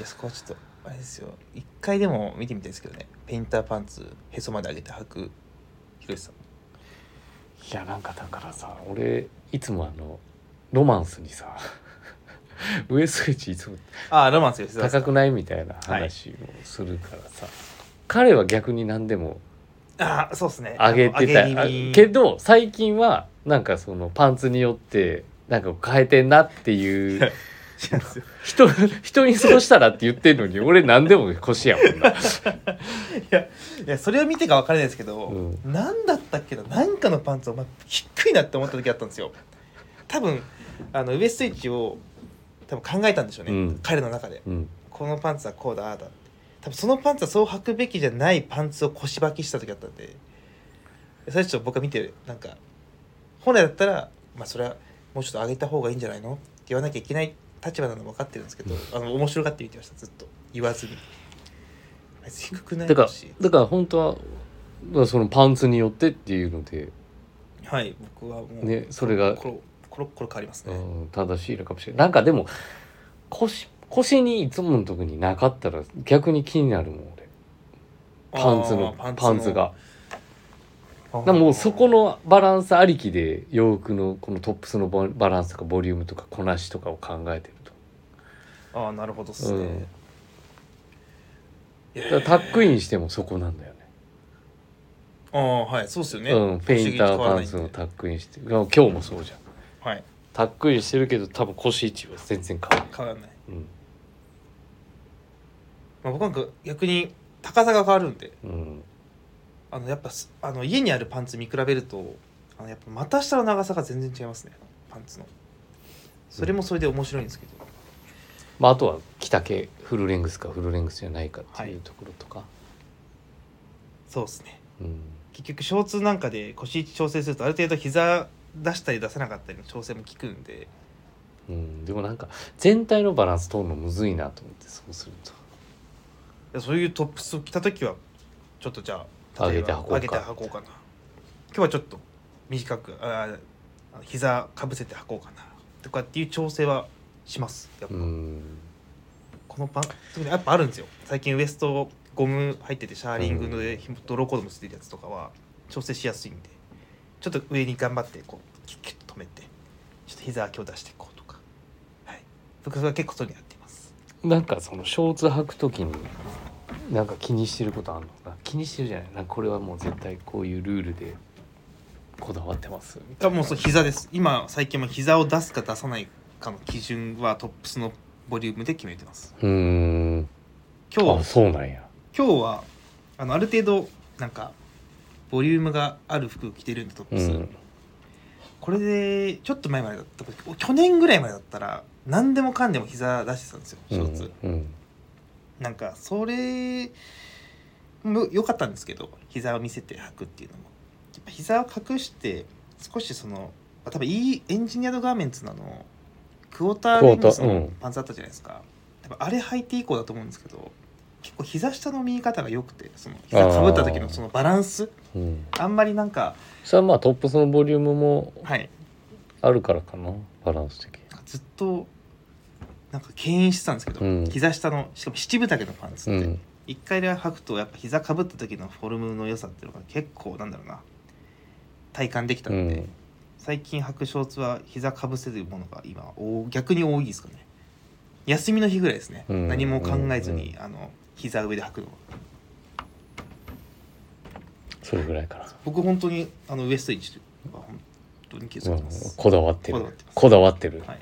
S1: やそこはちょっとあれですよ一回でも見てみたいですけどねペインターパンツへそまで上げて履くひろしさん
S2: いやなんかだからさ俺いつもあのロマンスにさ ウエスト位置いつも
S1: ああロマンスです
S2: 高くないみたいな話をするからさ、彼は逆に何でも
S1: ああそうですね
S2: 上げてた
S1: 上げ
S2: あ
S1: 気
S2: け
S1: 味
S2: ど最近はなんかそのパンツによってなんか変えてんなってい う
S1: なんですよ
S2: 人人にそうしたらって言ってるのに俺何でも腰やもん な。
S1: いやそれを見てか分からないですけど、
S2: う
S1: 何だったっけな何かのパンツお前低いなって思った時あったんですよ多分あのウエスト位置を多分考えたんでしょうね、
S2: うん
S1: 彼の中で
S2: うん
S1: このパンツはこうだああだって多分そのパンツはそう履くべきじゃないパンツを腰履きした時あったんでそれちょっと僕は見てなんか本来だったらまあそれはもうちょっと上げた方がいいんじゃないのって言わなきゃいけない立場なの分かってるんですけど、あの面白がって見てましたずっと言わずにあいつ低くない
S2: だから
S1: 腰
S2: だから本当はだからそのパンツによってっていうので、
S1: はい僕はもう
S2: ねそれが
S1: コロコロコロ変わります
S2: う
S1: ね、
S2: ん、正しいのかもしれないなんかでも腰腰にいつものとこになかったら逆に気になるもん俺パンツの
S1: あー
S2: パンツが
S1: の
S2: だからもうそこのバランスありきで洋服のこのトップスのババランスとかボリュームとかこなしとかを考えてると
S1: ああなるほどっすね、いや
S2: だからタックインしてもそこなんだよね
S1: ああはいそうっすよね、
S2: うんペインターパン
S1: 不
S2: ツ
S1: 思議と変わらないん
S2: の
S1: で
S2: タックインして今日もそうじゃん
S1: はい
S2: タックインしてるけど多分腰位置は全然変わ
S1: 変わらない、
S2: る
S1: まあ、僕なんか逆に高さが変わるんで
S2: うんうん
S1: あのやっぱすあの家にあるパンツ見比べるとあのやっぱ股下の長さが全然違いますねパンツのそれもそれで面白いんですけど、
S2: まあ、あとは着丈フルレングスかフルレングスじゃないかっていうところとか、
S1: そうっすね
S2: うん、
S1: 結局ショーツなんかで腰位置調整するとある程度膝出したり出さなかったりの調整も効くんで
S2: うん、でもなんか全体のバランス取るのむずいなと思ってそうすると
S1: いやそういうトップスを着た時はちょっとじゃあ
S2: 上
S1: 例え
S2: げて
S1: ば
S2: 履こうか
S1: 上げて履こうかな今日はちょっと短くあー膝かぶせて履こうかなとかっていう調整はしますやっぱ、
S2: うん
S1: このパン特にやっぱあるんですよ最近ウエストゴム入っててシャーリングので紐泥コードもついてるやつとかは調整しやすいんでちょっと上に頑張ってこうキュッキュッと止めてちょっと膝今日出していこうとかはい僕は結構そういうのやってます
S2: なんかそのショーツ履く時になんか気にしてることあるのかな気にしてるじゃないなんかこれはもう絶対こういうルールでこだわってますみた
S1: あ
S2: いな
S1: もうそう膝です今最近も膝を出すか出さないかの基準はトップスのボリュームで決めてます
S2: うん
S1: 今
S2: あ
S1: 日
S2: そうなんや
S1: 今日はあのある程度なんかボリュームがある服を着てるんでトッ
S2: う
S1: プス、
S2: ん
S1: これでちょっと前までだった去年ぐらいまでだったら何でもかんでも膝出してたんですよショーツ、
S2: うん
S1: なんかそれも良かったんですけど膝を見せて履くっていうのもぱ膝を隠して少しそのあ多分いいエンジニアードガーメンツなのクォーターレングス
S2: クォーターう
S1: の
S2: ん
S1: パンツあったじゃないですか、多分あれ履いて以降だと思うんですけど結構膝下の見え方が良くてその膝かぶった時のそのバランス
S2: うん、
S1: あんまりなんか
S2: それはまあトップスのボリュームも
S1: はい
S2: あるからかなバランス的に
S1: ずっとなんか牽引してたんですけど、
S2: うん
S1: 膝下のしかも七分丈のパンツ
S2: う
S1: って、
S2: ん
S1: 一回で履くとやっぱ膝かぶった時のフォルムの良さっていうのが結構なんだろうな体感できた
S2: う
S1: ので、
S2: ん
S1: 最近履くショーツは膝かぶせるものが今お逆に多いですかね休みの日ぐらいですね、
S2: うん
S1: 何も考えずに、あの膝上で履くのは
S2: それぐらいかな
S1: 僕本当にあのウエスト位置は本当に気をつけ
S2: う
S1: て
S2: ん
S1: ます、
S2: こだわって
S1: こだわ
S2: る
S1: ってます
S2: こだわってる
S1: はい、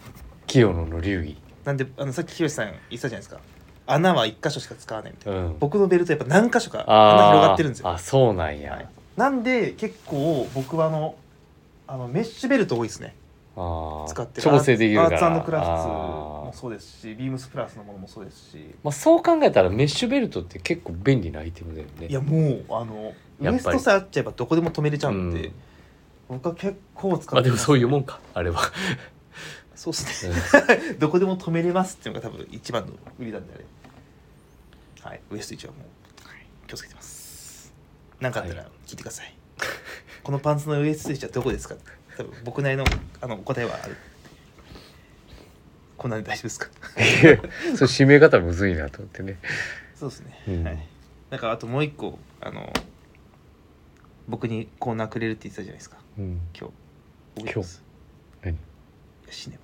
S2: 清野の流儀
S1: なんであのさっきひろしさん言ってたじゃないですか穴は一箇所しか使わないみたいな
S2: うん
S1: 僕のベルトやっぱ何箇所か穴
S2: あー
S1: 広がってるんですよ
S2: あそうなんや、
S1: はいなんで結構僕はあのあのメッシュベルト多いですね
S2: ああ
S1: 使ってる
S2: 調整できるから
S1: アーツクラフ
S2: あ
S1: ツ
S2: ー
S1: もそうですしビームスプラスのものもそうですし
S2: まあ、そう考えたらメッシュベルトって結構便利なアイテムだよね
S1: いやもうあの
S2: や
S1: ウ
S2: っぱり
S1: エストさえあっちゃえばどこでも止めれちゃうんで、
S2: うん
S1: 僕は結構使って
S2: まあでもそういうも
S1: ん
S2: んかあれは、
S1: そうですね どこでも止めれますっていうのが多分一番の売りなんであれはいウエスト一はもう気をつけてます何かあったら聞いてください、このパンツのウエスト一はどこですか多分僕なりのあのお答えはあるこんなんで大丈夫ですか
S2: うん、そう締め方むずいなと思ってね
S1: そうですね、
S2: うん
S1: はいなんかあともう一個あの僕にコーナーくれるって言ってたじゃないですか
S2: うん
S1: 今日
S2: 今日何い
S1: シネマ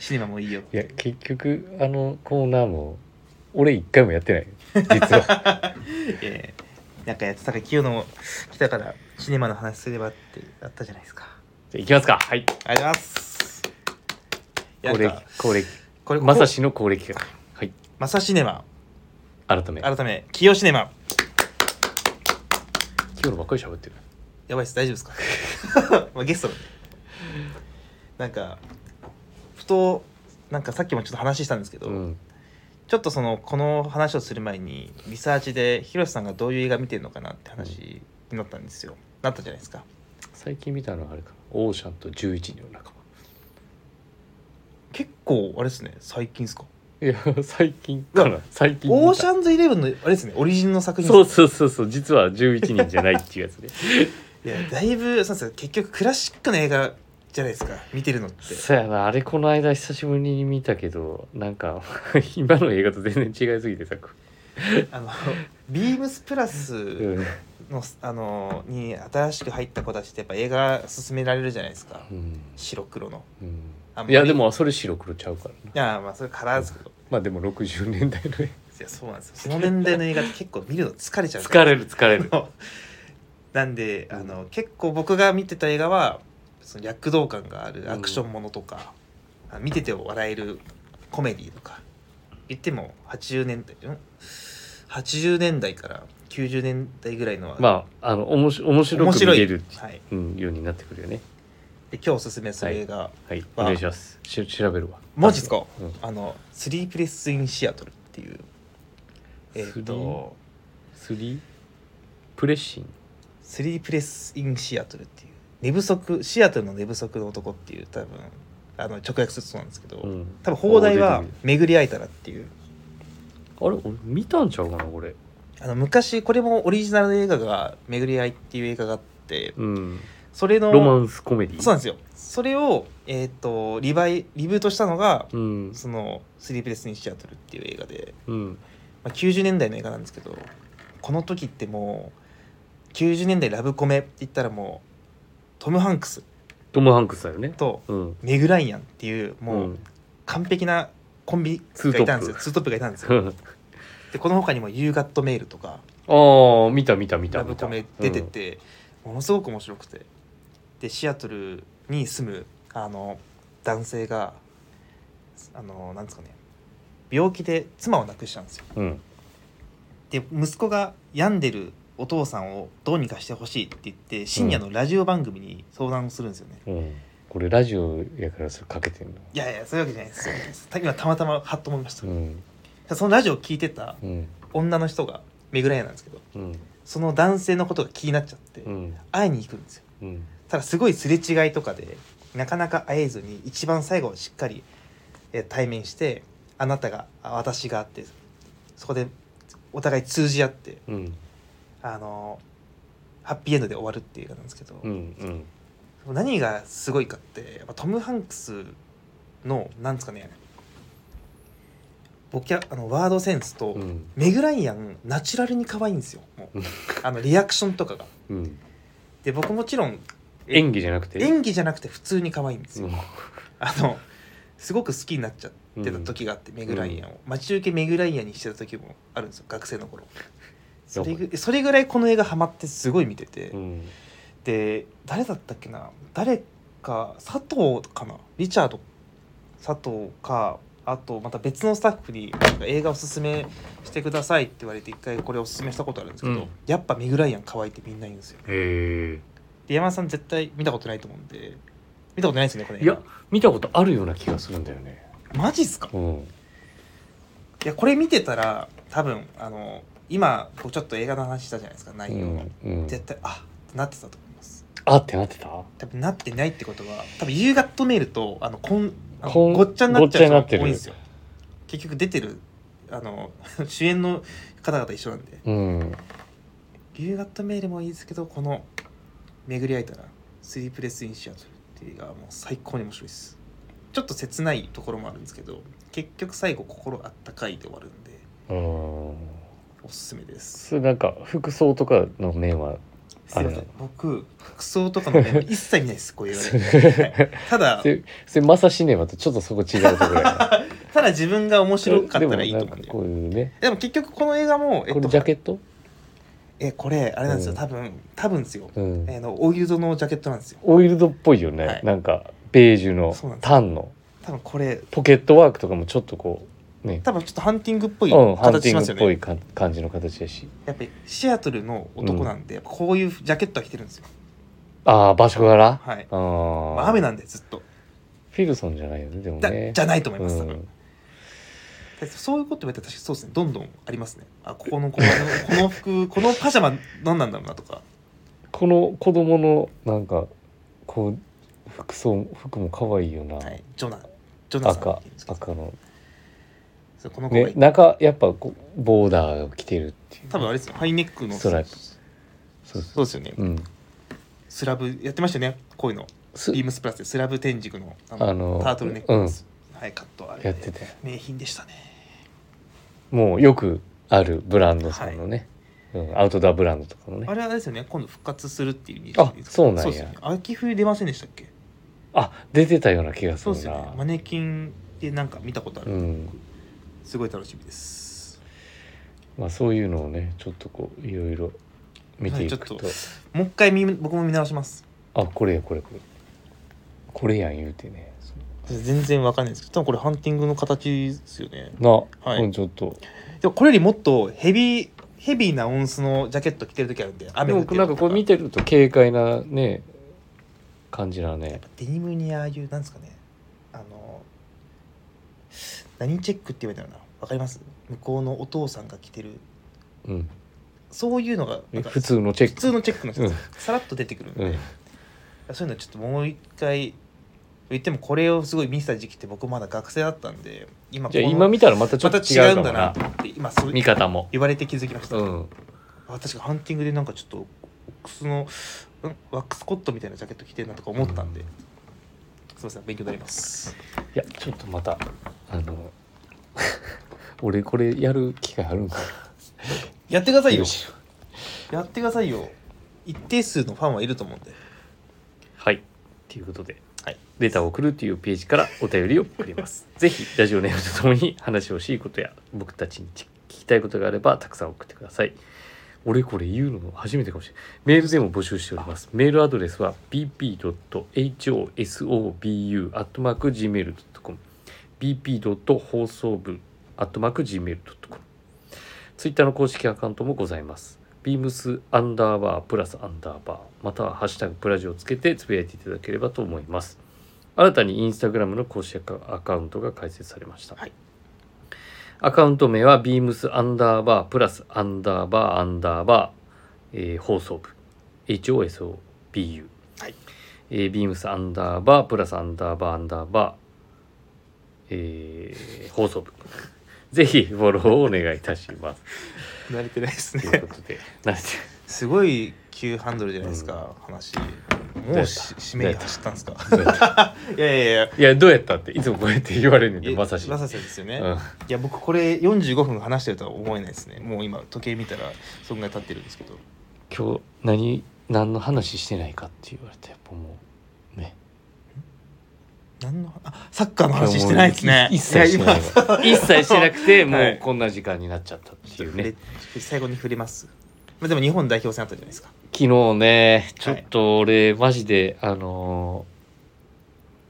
S1: シネマもいいよ
S2: や結局あのコーナーも俺一回もやってない実は
S1: えーなんかやってたから清野も来たからシネマの話すればってあったじゃないですか
S2: じゃあいきますかはい
S1: ありがとうございますいやなん
S2: 高歴
S1: か
S2: 高歴
S1: これ
S2: まさしの高歴がはい
S1: まさシネマ
S2: 改め
S1: 改め清シネマ
S2: 清野ばっかり喋ってる
S1: やばいです大丈夫 ですかまあゲストなんでなんかふとなんかさっきもちょっと話したんですけど、
S2: うん
S1: ちょっとそのこの話をする前にリサーチでヒロシさんがどういう映画見てるのかなって話になったんですよ、なったじゃないですか
S2: 最近見たのはあれかなオーシャンと11人の仲
S1: 結構あれですね最近ですか
S2: 間いや最近か
S1: い
S2: な最近見た
S1: オーシャンズイレブンのあれですねオリジンの作品
S2: そうそうそうそう実は11人じゃないっていうやつで
S1: いやだいぶそうですね結局クラシックの映画じゃないですか見てるのって
S2: そうやなあれこの間久しぶりに見たけどなんか今の映画と全然違いすぎてさ、
S1: あのビームスプラス
S2: うん
S1: のあのに新しく入った子たちってやっぱ映画勧められるじゃないですか
S2: うん
S1: 白黒のあんま
S2: うん、
S1: り
S2: いやでもそれ白黒ちゃうからない
S1: やまあそれカラーですけど
S2: まあでも60年代の
S1: いやそうなんですよその年代の映画って結構見るの 疲れちゃうから
S2: 疲れる疲れる
S1: のなんであの結構僕が見てた映画はその躍動感があるアクションものとか、あ見てて笑えるコメディとか言っても80年代ん80年代から90年代ぐらいのは、
S2: まああのおもし面白
S1: 面
S2: く見
S1: 白い
S2: れる、
S1: はい、
S2: うん、ようになってくるよね
S1: で今日おすすめする映画、
S2: はいお
S1: わ
S2: 願いしますし調べるわ
S1: マジっすか
S2: うん
S1: あの「スリープレス・イン・シアトル」っていうえっ、と
S2: スリープレッシン
S1: 「スリープレス・イン・シアトル」っていう寝不足シアトルの寝不足の男っていう多分あの直訳するとそうなんですけど、
S2: グ、うん、
S1: 多分放題は
S2: あ出て
S1: 「巡り会えたら」っていう
S2: くるあれ俺見たんちゃうかなこれ
S1: あの昔これもオリジナルの映画が「巡り会い」っていう映画があって
S2: うん
S1: それの
S2: ロマンスコメディ
S1: そうなんですよそれを、えー、とリバイリブートしたのが
S2: うん
S1: その「スリープレス・イン・シアトル」っていう映画で、
S2: うん
S1: まあ、90年代の映画なんですけどこの時ってもう90年代ラブコメって言ったらもうトム・ハンクス
S2: トム・ハンクスだよね
S1: と
S2: うん
S1: メグ・ライアンっていうも
S2: う
S1: うん完璧なコンビがいたんですよツートップがいたんですよ。でこの他にも「ユーガット・メール」とか。
S2: ああ見た見た見た
S1: ラ
S2: 見
S1: ブ
S2: た
S1: コメ出てて、ものすごく面白くてでシアトルに住むあの男性があのなんですかね病気で妻を亡くしたんですよ
S2: うん、うん
S1: で息子が病んでるお父さんをどうにかしてほしいって言って深夜のラジオ番組に相談をするんですよね、
S2: うんこれラジオやからそれかけてんの
S1: いやいやそういうわけじゃないですよ今たまたまハッと思いました
S2: う、ん
S1: そのラジオを聞いてた
S2: うん
S1: 女の人がめぐらいなんですけど
S2: うん
S1: その男性のことが気になっちゃって、
S2: うん
S1: 会いに行くんですよ
S2: うん
S1: ただすごいすれ違いとかでなかなか会えずに一番最後はしっかり、えー対面してあなたがあ私があってそこでお互い通じ合って
S2: うん
S1: あのーハッピーエンドで終わるっていう映画なんですけど、
S2: うんうん
S1: 何がすごいかってやっぱトム・ハンクスのなんですかねボキャあのワードセンスと、
S2: うん
S1: メグライアンナチュラルに可愛いんですよも うあのリアクションとかが
S2: うん
S1: で僕もちろん
S2: 演技じゃなくて
S1: 演技じゃなくて普通に可愛いんですよ、
S2: うん
S1: あのすごく好きになっちゃってた時があって、メグライアンを待ち受けメグライアンにしてた時もあるんですよ学生の頃それぐそれぐらいこの映画ハマってすごい見てて、
S2: うん
S1: で誰だったっけな誰か佐藤かなリチャード佐藤かあとまた別のスタッフになんか映画おすすめしてくださいって言われて一回これおすすめしたことあるんですけど、
S2: うん
S1: やっぱメグライアン可愛いってみんな言うんですよ
S2: へえ
S1: で山田さん絶対見たことないと思うんで見たことないですよねこれ
S2: いや見たことあるような気がするんだよね
S1: マジっすか
S2: うん
S1: いやこれ見てたら多分あの今こうちょっと映画の話したじゃないですか
S2: う
S1: 内容の、
S2: んうん
S1: 絶対あってなってたと思います
S2: あってなってた
S1: 多分なってないってことは多分夕方メールとあのこんあの
S2: こん
S1: ごっちゃになっちゃう人が
S2: ごっちゃに
S1: 多
S2: なってる
S1: いんですよ結局出てるあの 主演の方々一緒なんで
S2: うん
S1: 夕方メールもいいですけどこの「巡り会えたらスリープレス・イン・シアトル」っていう映画はもう最高に面白いですちょっと切ないところもあるんですけど結局最後心あったかいで終わるんで
S2: うん
S1: おすすめです
S2: それなんか服装とかの面は
S1: すいませ
S2: あ
S1: ん
S2: れ
S1: 僕服装とかの 面一切見ないですこういう映画で、はいただ
S2: それそれマサシネマとちょっとそこ違うところや
S1: ただ自分が面白かったらいいと思うんだよ
S2: でもなんかこういうね
S1: でも結局この映画も、えっ、
S2: ことれジャケット、
S1: えこれあれなんですよ、
S2: うん
S1: 多分多分ですよ、
S2: うん
S1: えーのオイルドのジャケットなんですよ
S2: オイルドっぽいよね、
S1: はい
S2: なんかベージュの
S1: そうなんですよ
S2: タンの
S1: 多分これ
S2: ポケットワークとかもちょっとこうね
S1: 多分ちょっとハンティングっぽい
S2: うん、ハン
S1: 形
S2: テ
S1: し
S2: ィ
S1: ま
S2: ン
S1: す
S2: グ
S1: よ
S2: っ
S1: ね、
S2: ぽいか感じの形やし
S1: やっぱりシアトルの男なんで、やっぱこういうジャケットは着てるんですよ
S2: ああ場所柄あ
S1: はい、
S2: あ
S1: まあ、雨
S2: ー
S1: なんでずっと
S2: フィルソンじゃないよねでも
S1: だ
S2: ね
S1: じゃないと思いうます多分、
S2: ん
S1: でそういうこと言われたら確かにそうですねどんどんありますねあここのここのこの服このパジャマ何なんだろうなとか
S2: この子供のなんかこう服装服も可愛いよな、
S1: はいジョナジョナさん
S2: 赤
S1: っていうんですけど
S2: 赤の
S1: そうこの子が
S2: ね中やっぱこうボーダーを着てるっていう
S1: 多分あれですよハイネックの
S2: ストライプそう
S1: そうですよね、
S2: うん
S1: スラブやってましたよねこういうの
S2: す
S1: ビームスプラスでスラブ天竺のあ
S2: あの
S1: タートルネックです、はいカットあれ
S2: やってて
S1: 名品でしたね
S2: もうよくあるブランドさんのね、うん、アウトドアブランドとかのね
S1: あれはあれですよね今度復活するっていう認
S2: あ
S1: です
S2: そうなんや
S1: ですよね秋冬出ませんでしたっけ
S2: あ出てたような気がす
S1: そう
S2: る
S1: ですよね
S2: な
S1: マネキンでなんか見たことある、
S2: うん
S1: すごい楽しみです
S2: まあ、そういうのをねちょっとこういろいろ見ていくと,、
S1: はいちょっもう一回見僕も見直します
S2: あこれやこれこれこれやん言うてねそ
S1: 全然わかんないですけど多分これハンティングの形ですよね
S2: のな、
S1: はい
S2: うんちょっと
S1: でもこれよりもっとヘビーヘビーな音スのジャケット着てる時あるんで
S2: で
S1: 雨降
S2: も
S1: ってる
S2: なんかこう見てると軽快なね感じなね
S1: デニムにああいうなんですかねあの何チェックって言われたのかなわかります向こうのお父さんが着てる
S2: うん
S1: そういうのがなんか
S2: 普通のチェッ
S1: 普
S2: ク
S1: 通のチェックの人
S2: うん
S1: さらっと出てくるんで、
S2: うん
S1: そういうのちょっともう一回言ってもこれをすごい見せた時期って僕まだ学生だったんで今
S2: じゃあ
S1: この
S2: 今見たらまたちょ
S1: ま
S2: ったと
S1: 違
S2: 違
S1: う
S2: うん
S1: だ
S2: かも
S1: な
S2: な
S1: と思って今そう
S2: 見方も
S1: 言われて気づきました、
S2: うん
S1: あ確かハンティングでなんかちょっとワックスのうんワックスコットみたいなジャケット着てるなとか思ったんで、
S2: うん
S1: すいません勉強になります
S2: いやちょっとまたあの 俺これやる機会あるんか
S1: やってくださ
S2: ない
S1: よ
S2: どうしよう
S1: やってくださいよ一定数のファンはいると思うんで
S2: はいということで、
S1: はい
S2: データを送るというページからお便りを送りますぜひラジオネームとともに話をしいことや僕たちに聞きたいことがあればたくさん送ってください俺これ言うのも初めてかもしれないメールでも募集しておりますメールアドレスは bp.hosobu.gmail.com bp. 放送部 .gmail.com ツイッターの公式アカウントもございます。ビームスアンダーバープラスアンダーバーまたはハッシュタグプラジをつけてつぶやいていただければと思います。新たにインスタグラムの公式アカウントが開設されました。
S1: はい
S2: アカウント名はビームスアンダーバープラスアンダーバーアンダーバーえー放送部 HOSOBU、
S1: はい
S2: えー、ビームスアンダーバープラスアンダーバーアンダーバー、えー放送部ぜひフォローをお願いいたします
S1: 慣れてないです
S2: という
S1: ね
S2: ことでなんて
S1: すごい急ハンドルじゃないですか、話もうし締めに走ったんですかいやいやいや
S2: いやどうやったっていつもこうやって言われるんで
S1: え
S2: まさし、
S1: まさしですよね、
S2: うん
S1: いや僕これ45分話してるとは思えないですねもう今時計見たらそんぐらい経ってるんですけど
S2: 今日何何の話してないかって言われてやっぱもうね
S1: 何のあサッカーの話してないですね
S2: 一切してない
S1: や
S2: わ一切してなくても
S1: は
S2: う
S1: い
S2: こんな時間になっちゃったってい
S1: 今
S2: うね、
S1: 触れ最後に触れます、まあ、でも日本代表戦あったじゃないですか
S2: 昨日ねちょっと俺、マジであの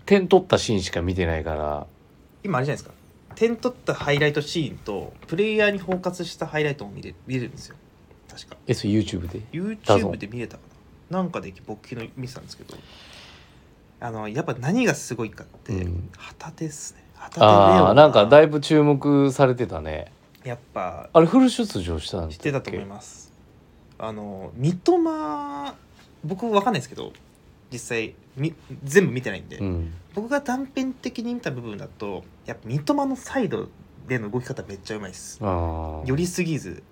S2: ー点取ったシーンしか見てないから
S1: 今あれじゃないですか点取ったハイライトシーンとプレイヤーに包括したハイライトも見れ見れるんですよ確か
S2: えそれ YouTube で
S1: YouTube で見れたかななんかで僕昨日見てたんですけどあのやっぱ何がすごいかって、
S2: うん
S1: 旗手ですね旗手レオ
S2: ああーなんかだ
S1: い
S2: いぶ注目されてたね
S1: やっぱ
S2: あれフル出場したんだっけ
S1: してたと思いますあの三笘僕わかんないですけど実際み全部見てないんで、
S2: うん、
S1: 僕が断片的に見た部分だとやっぱ三笘のサイドでの動き方めっちゃうまいです
S2: あ
S1: 寄
S2: あ
S1: りすぎず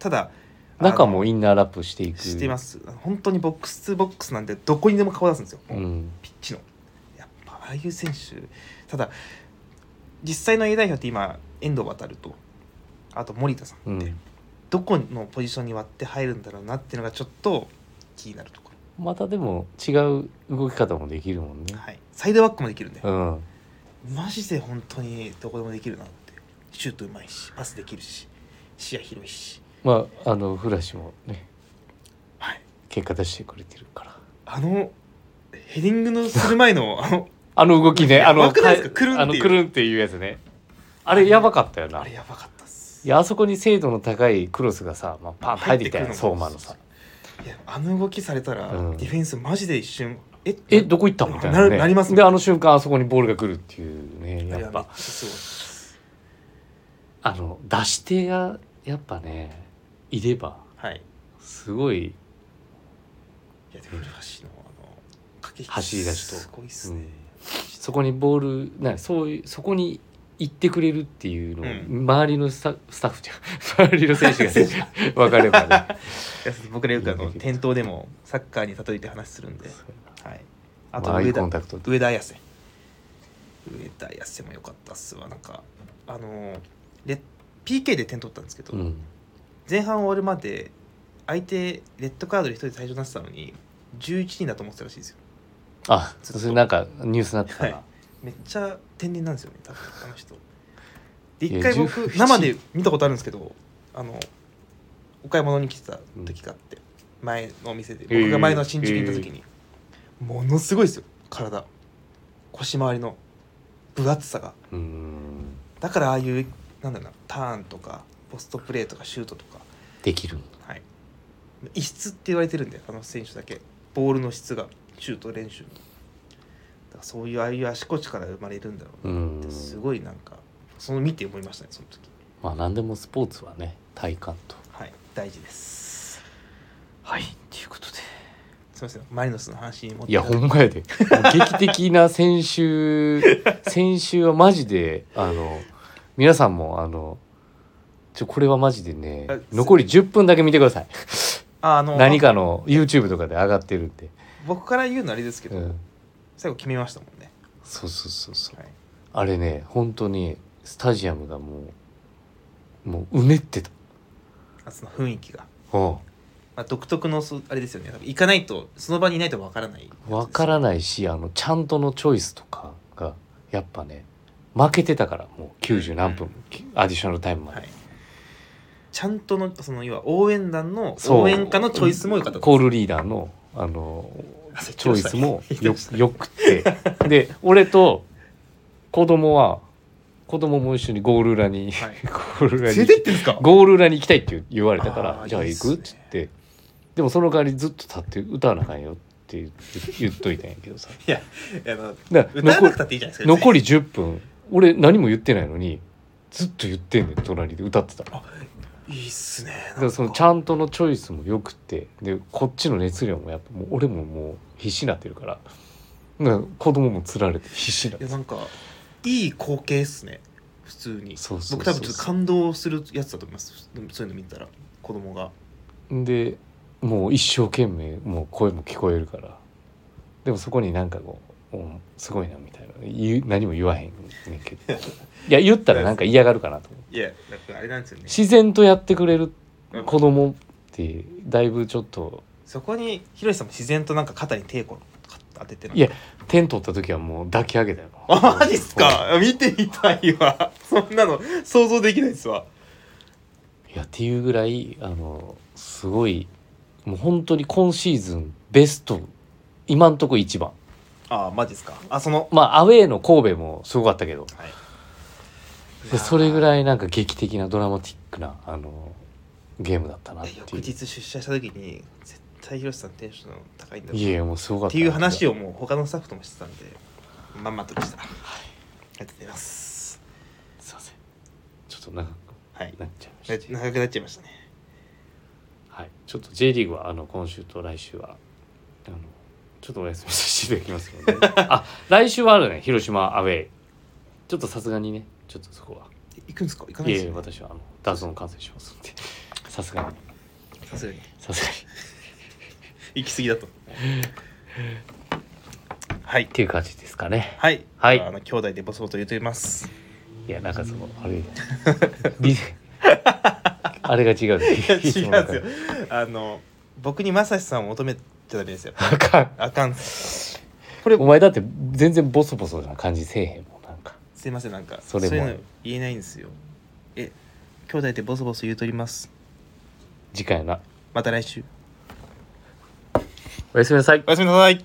S1: ただ
S2: 中も
S1: い
S2: インナーラップしていく
S1: してます本当にボックス2ボックスなんでどこにでも顔出すんですよ、
S2: うん
S1: ピッチのやっぱああいう選手ただ実際の A 代表って今遠藤航とあと森田さん
S2: う
S1: って、
S2: ん
S1: どこのポジションに割って入るんだろうなっていうのがちょっと気になるとこ
S2: またでも違う動き方もできるもんね
S1: ろ、はい、サイドバックもできるんで、
S2: うん
S1: マジで本当にどこでもできるなってシュートうまいしパスできるし視野広いし
S2: まああのフラッシュもね
S1: はい
S2: 結果出してくれてるから
S1: あのヘディングのする前 のあの
S2: あの動きね、あ
S1: や
S2: の、
S1: ばくないですか
S2: か
S1: くるんっていう
S2: あのくるんっていうやつね。あれやばかったよな。
S1: あれ
S2: い
S1: やばかったっす
S2: や、あそこに精度の高いクロスがさ、まあ、パンと入ってきたやん、
S1: 入ってく
S2: 相
S1: るの
S2: 馬
S1: も
S2: のさ。
S1: いやあの動きされたら、
S2: うん
S1: ディフェンスマジで一瞬え
S2: え、どこ行ったみたいな、
S1: な
S2: ね。
S1: るなりますもん
S2: で、あの瞬間、あそこにボールが来るっていうね、
S1: い
S2: やっ
S1: めっ
S2: ぱ
S1: ち。ゃすごい
S2: あの、出し手が、やっぱね、いれば、
S1: はい。
S2: すごい、
S1: いや、で、古橋の、あの、駆け引き
S2: 走り出しと
S1: すごいっすね。
S2: そこにボール、なそういう、そこに行ってくれるっていうのを、
S1: うん
S2: 周りのスタスタッフじゃん、 周りの選手がね、分かれば ね。
S1: いや僕らよくあ
S2: いい
S1: の、
S2: ね
S1: 店頭でもサッカーに例えて話するんで、はい。あと、
S2: まアイ
S1: 上田
S2: コン、タクト
S1: 上田綺世。上田綺世も良かったっすわ。なんか、あの、レ PK で点取ったんですけど、
S2: うん。
S1: 前半終わるまで、相手、レッドカードで一人退場になってたのに、11人だと思ってたらしいですよ。
S2: あ
S1: ずっと
S2: それなんかニュースになってたな、
S1: はいめっちゃ天然なんですよね多分あの人で
S2: いや
S1: 一回僕
S2: 11
S1: 生で見たことあるんですけどあのお買い物に来てた時があって、前のお店で
S2: えー
S1: 僕が前の新宿に行った時に、ものすごいですよ体腰回りの分厚さが
S2: うーん
S1: だからああいうなんだろうなターンとかポストプレーとかシュートとか、
S2: できるんだ
S1: はい、異質って言われてるんであの選手だけボールの質がシュート練習のだからそういうああいう足腰から生まれるんだろうな
S2: うーん
S1: すごいなんかその見て思いましたねその時
S2: まあ何でもスポーツはね体感と
S1: はい大事です
S2: はいということです
S1: みませんマリノスの話に持って
S2: いやほんまやでもう劇的な先 週先週はマジであの皆さんもあのちょこれはマジでね
S1: あ
S2: 残り10分だけ見てください
S1: ああの
S2: 何かの YouTube とかで上がってるんで、
S1: 僕から言うのはあれですけど、
S2: うん、
S1: 最後決めましたもんね、
S2: そうそうそうそう
S1: はい、
S2: あれね本当にスタジアムがもうもううねってた
S1: あその雰囲気が、
S2: うん
S1: まあ、独特のそあれですよね多分行かないとその場にいないとわからない
S2: わからないしあのちゃんとのチョイスとかがやっぱね負けてたからもう90何分、きアディショナルタイムまで、
S1: はいちゃんとのその要は応援団の
S2: そう
S1: 応援歌のチョイスも良かった
S2: コールリーダーのあの
S1: です
S2: チョイスも
S1: 言って
S2: よ
S1: ました
S2: よくてで俺と子供は子供も一緒にゴール裏に、
S1: はい
S2: ゴール裏
S1: 連
S2: に
S1: れてってんですか
S2: ゴール裏に行きたいって言われたか
S1: あ
S2: ら
S1: ー
S2: じゃあ
S1: いいっ
S2: 行
S1: すね
S2: くっつってでもその代わりずっと立って歌わなあかんよって言って言っといたんやけどさ
S1: いやあの
S2: だから
S1: 歌わなくたっていいじゃないですか
S2: 残
S1: り
S2: り10分俺何も言ってないのにずっと言ってんねん隣で歌ってた
S1: いいっすね
S2: だからそのちゃんとのチョイスもよくてでこっちの熱量もやっぱもう俺ももう必死になってるからだから子供もつられて必死になっ
S1: いや
S2: て
S1: なんかいい光景っすね普通に
S2: そうそうそうそう
S1: 僕多分ちょっと感動するやつだと思いますそういうの見たら子供が
S2: でもう一生懸命もう声も聞こえるからでもそこになんかこううんすごいなみたいな言う何も言わへんねんけ どいや言ったらなんか嫌がるかなと思う
S1: いやなんかあれなんですよね
S2: 自然とやってくれる
S1: うん
S2: 子供ってだいぶちょっと
S1: そこにひろしさんも自然となんか肩に手こう当ててなんか
S2: いや点取った時はもう抱き上げたよ
S1: あマジっすか見てみたいわ そんなの想像できないっすわ
S2: いやっていうぐらいあのすごいもう本当に今シーズンベスト今んとこ一番
S1: ああマジっすかあその
S2: まあアウェーの神戸もすごかったけど
S1: はい
S2: でそれぐ
S1: い
S2: らいなんか劇的なドラマティックなあのゲームだったなっ
S1: や
S2: て
S1: 翌
S2: いう
S1: 日出社した時に絶対ひろしさんテンション高いんだろう
S2: いやいやもうすごかっ
S1: ったていう話
S2: を
S1: をもう他のスタッフともしてたんでまんまとでした、はい、ありがとうございます
S2: すいませんちょっと長く
S1: はい
S2: なっちゃいま
S1: な
S2: した
S1: 長くなっちゃいましたね
S2: はいちょっと J リーグはあの今週と来週はあのちょっとお休みさせていただきますので あ来週はあるね広島アウェーちょっとさすがにねちょっとそこは
S1: え行くんですか行かない
S2: い
S1: で
S2: や
S1: す
S2: いや
S1: よ、ね、
S2: 私はあのダゾーン観戦しま すんでさすがに
S1: さすがに
S2: さすがに
S1: 行き過ぎ だとはい
S2: っていう感じですかね
S1: はい、
S2: はい
S1: あの兄弟でボソボソ言うとい ます
S2: いやなんかその あれリあれが違うね
S1: いや違うんです
S2: いつ
S1: よ
S2: もなんか
S1: あの僕にまさしさんを求めちゃダメですよ
S2: あかん
S1: あかんっすこれ
S2: お前だって全然ボソボソな感じせえへんもんなんか
S1: すいませんなんか
S2: それも
S1: ういうの言えないんですよえ兄弟でボソボソ言うとります
S2: 次回な
S1: また来週
S2: おやすみなさい
S1: おやすみなさい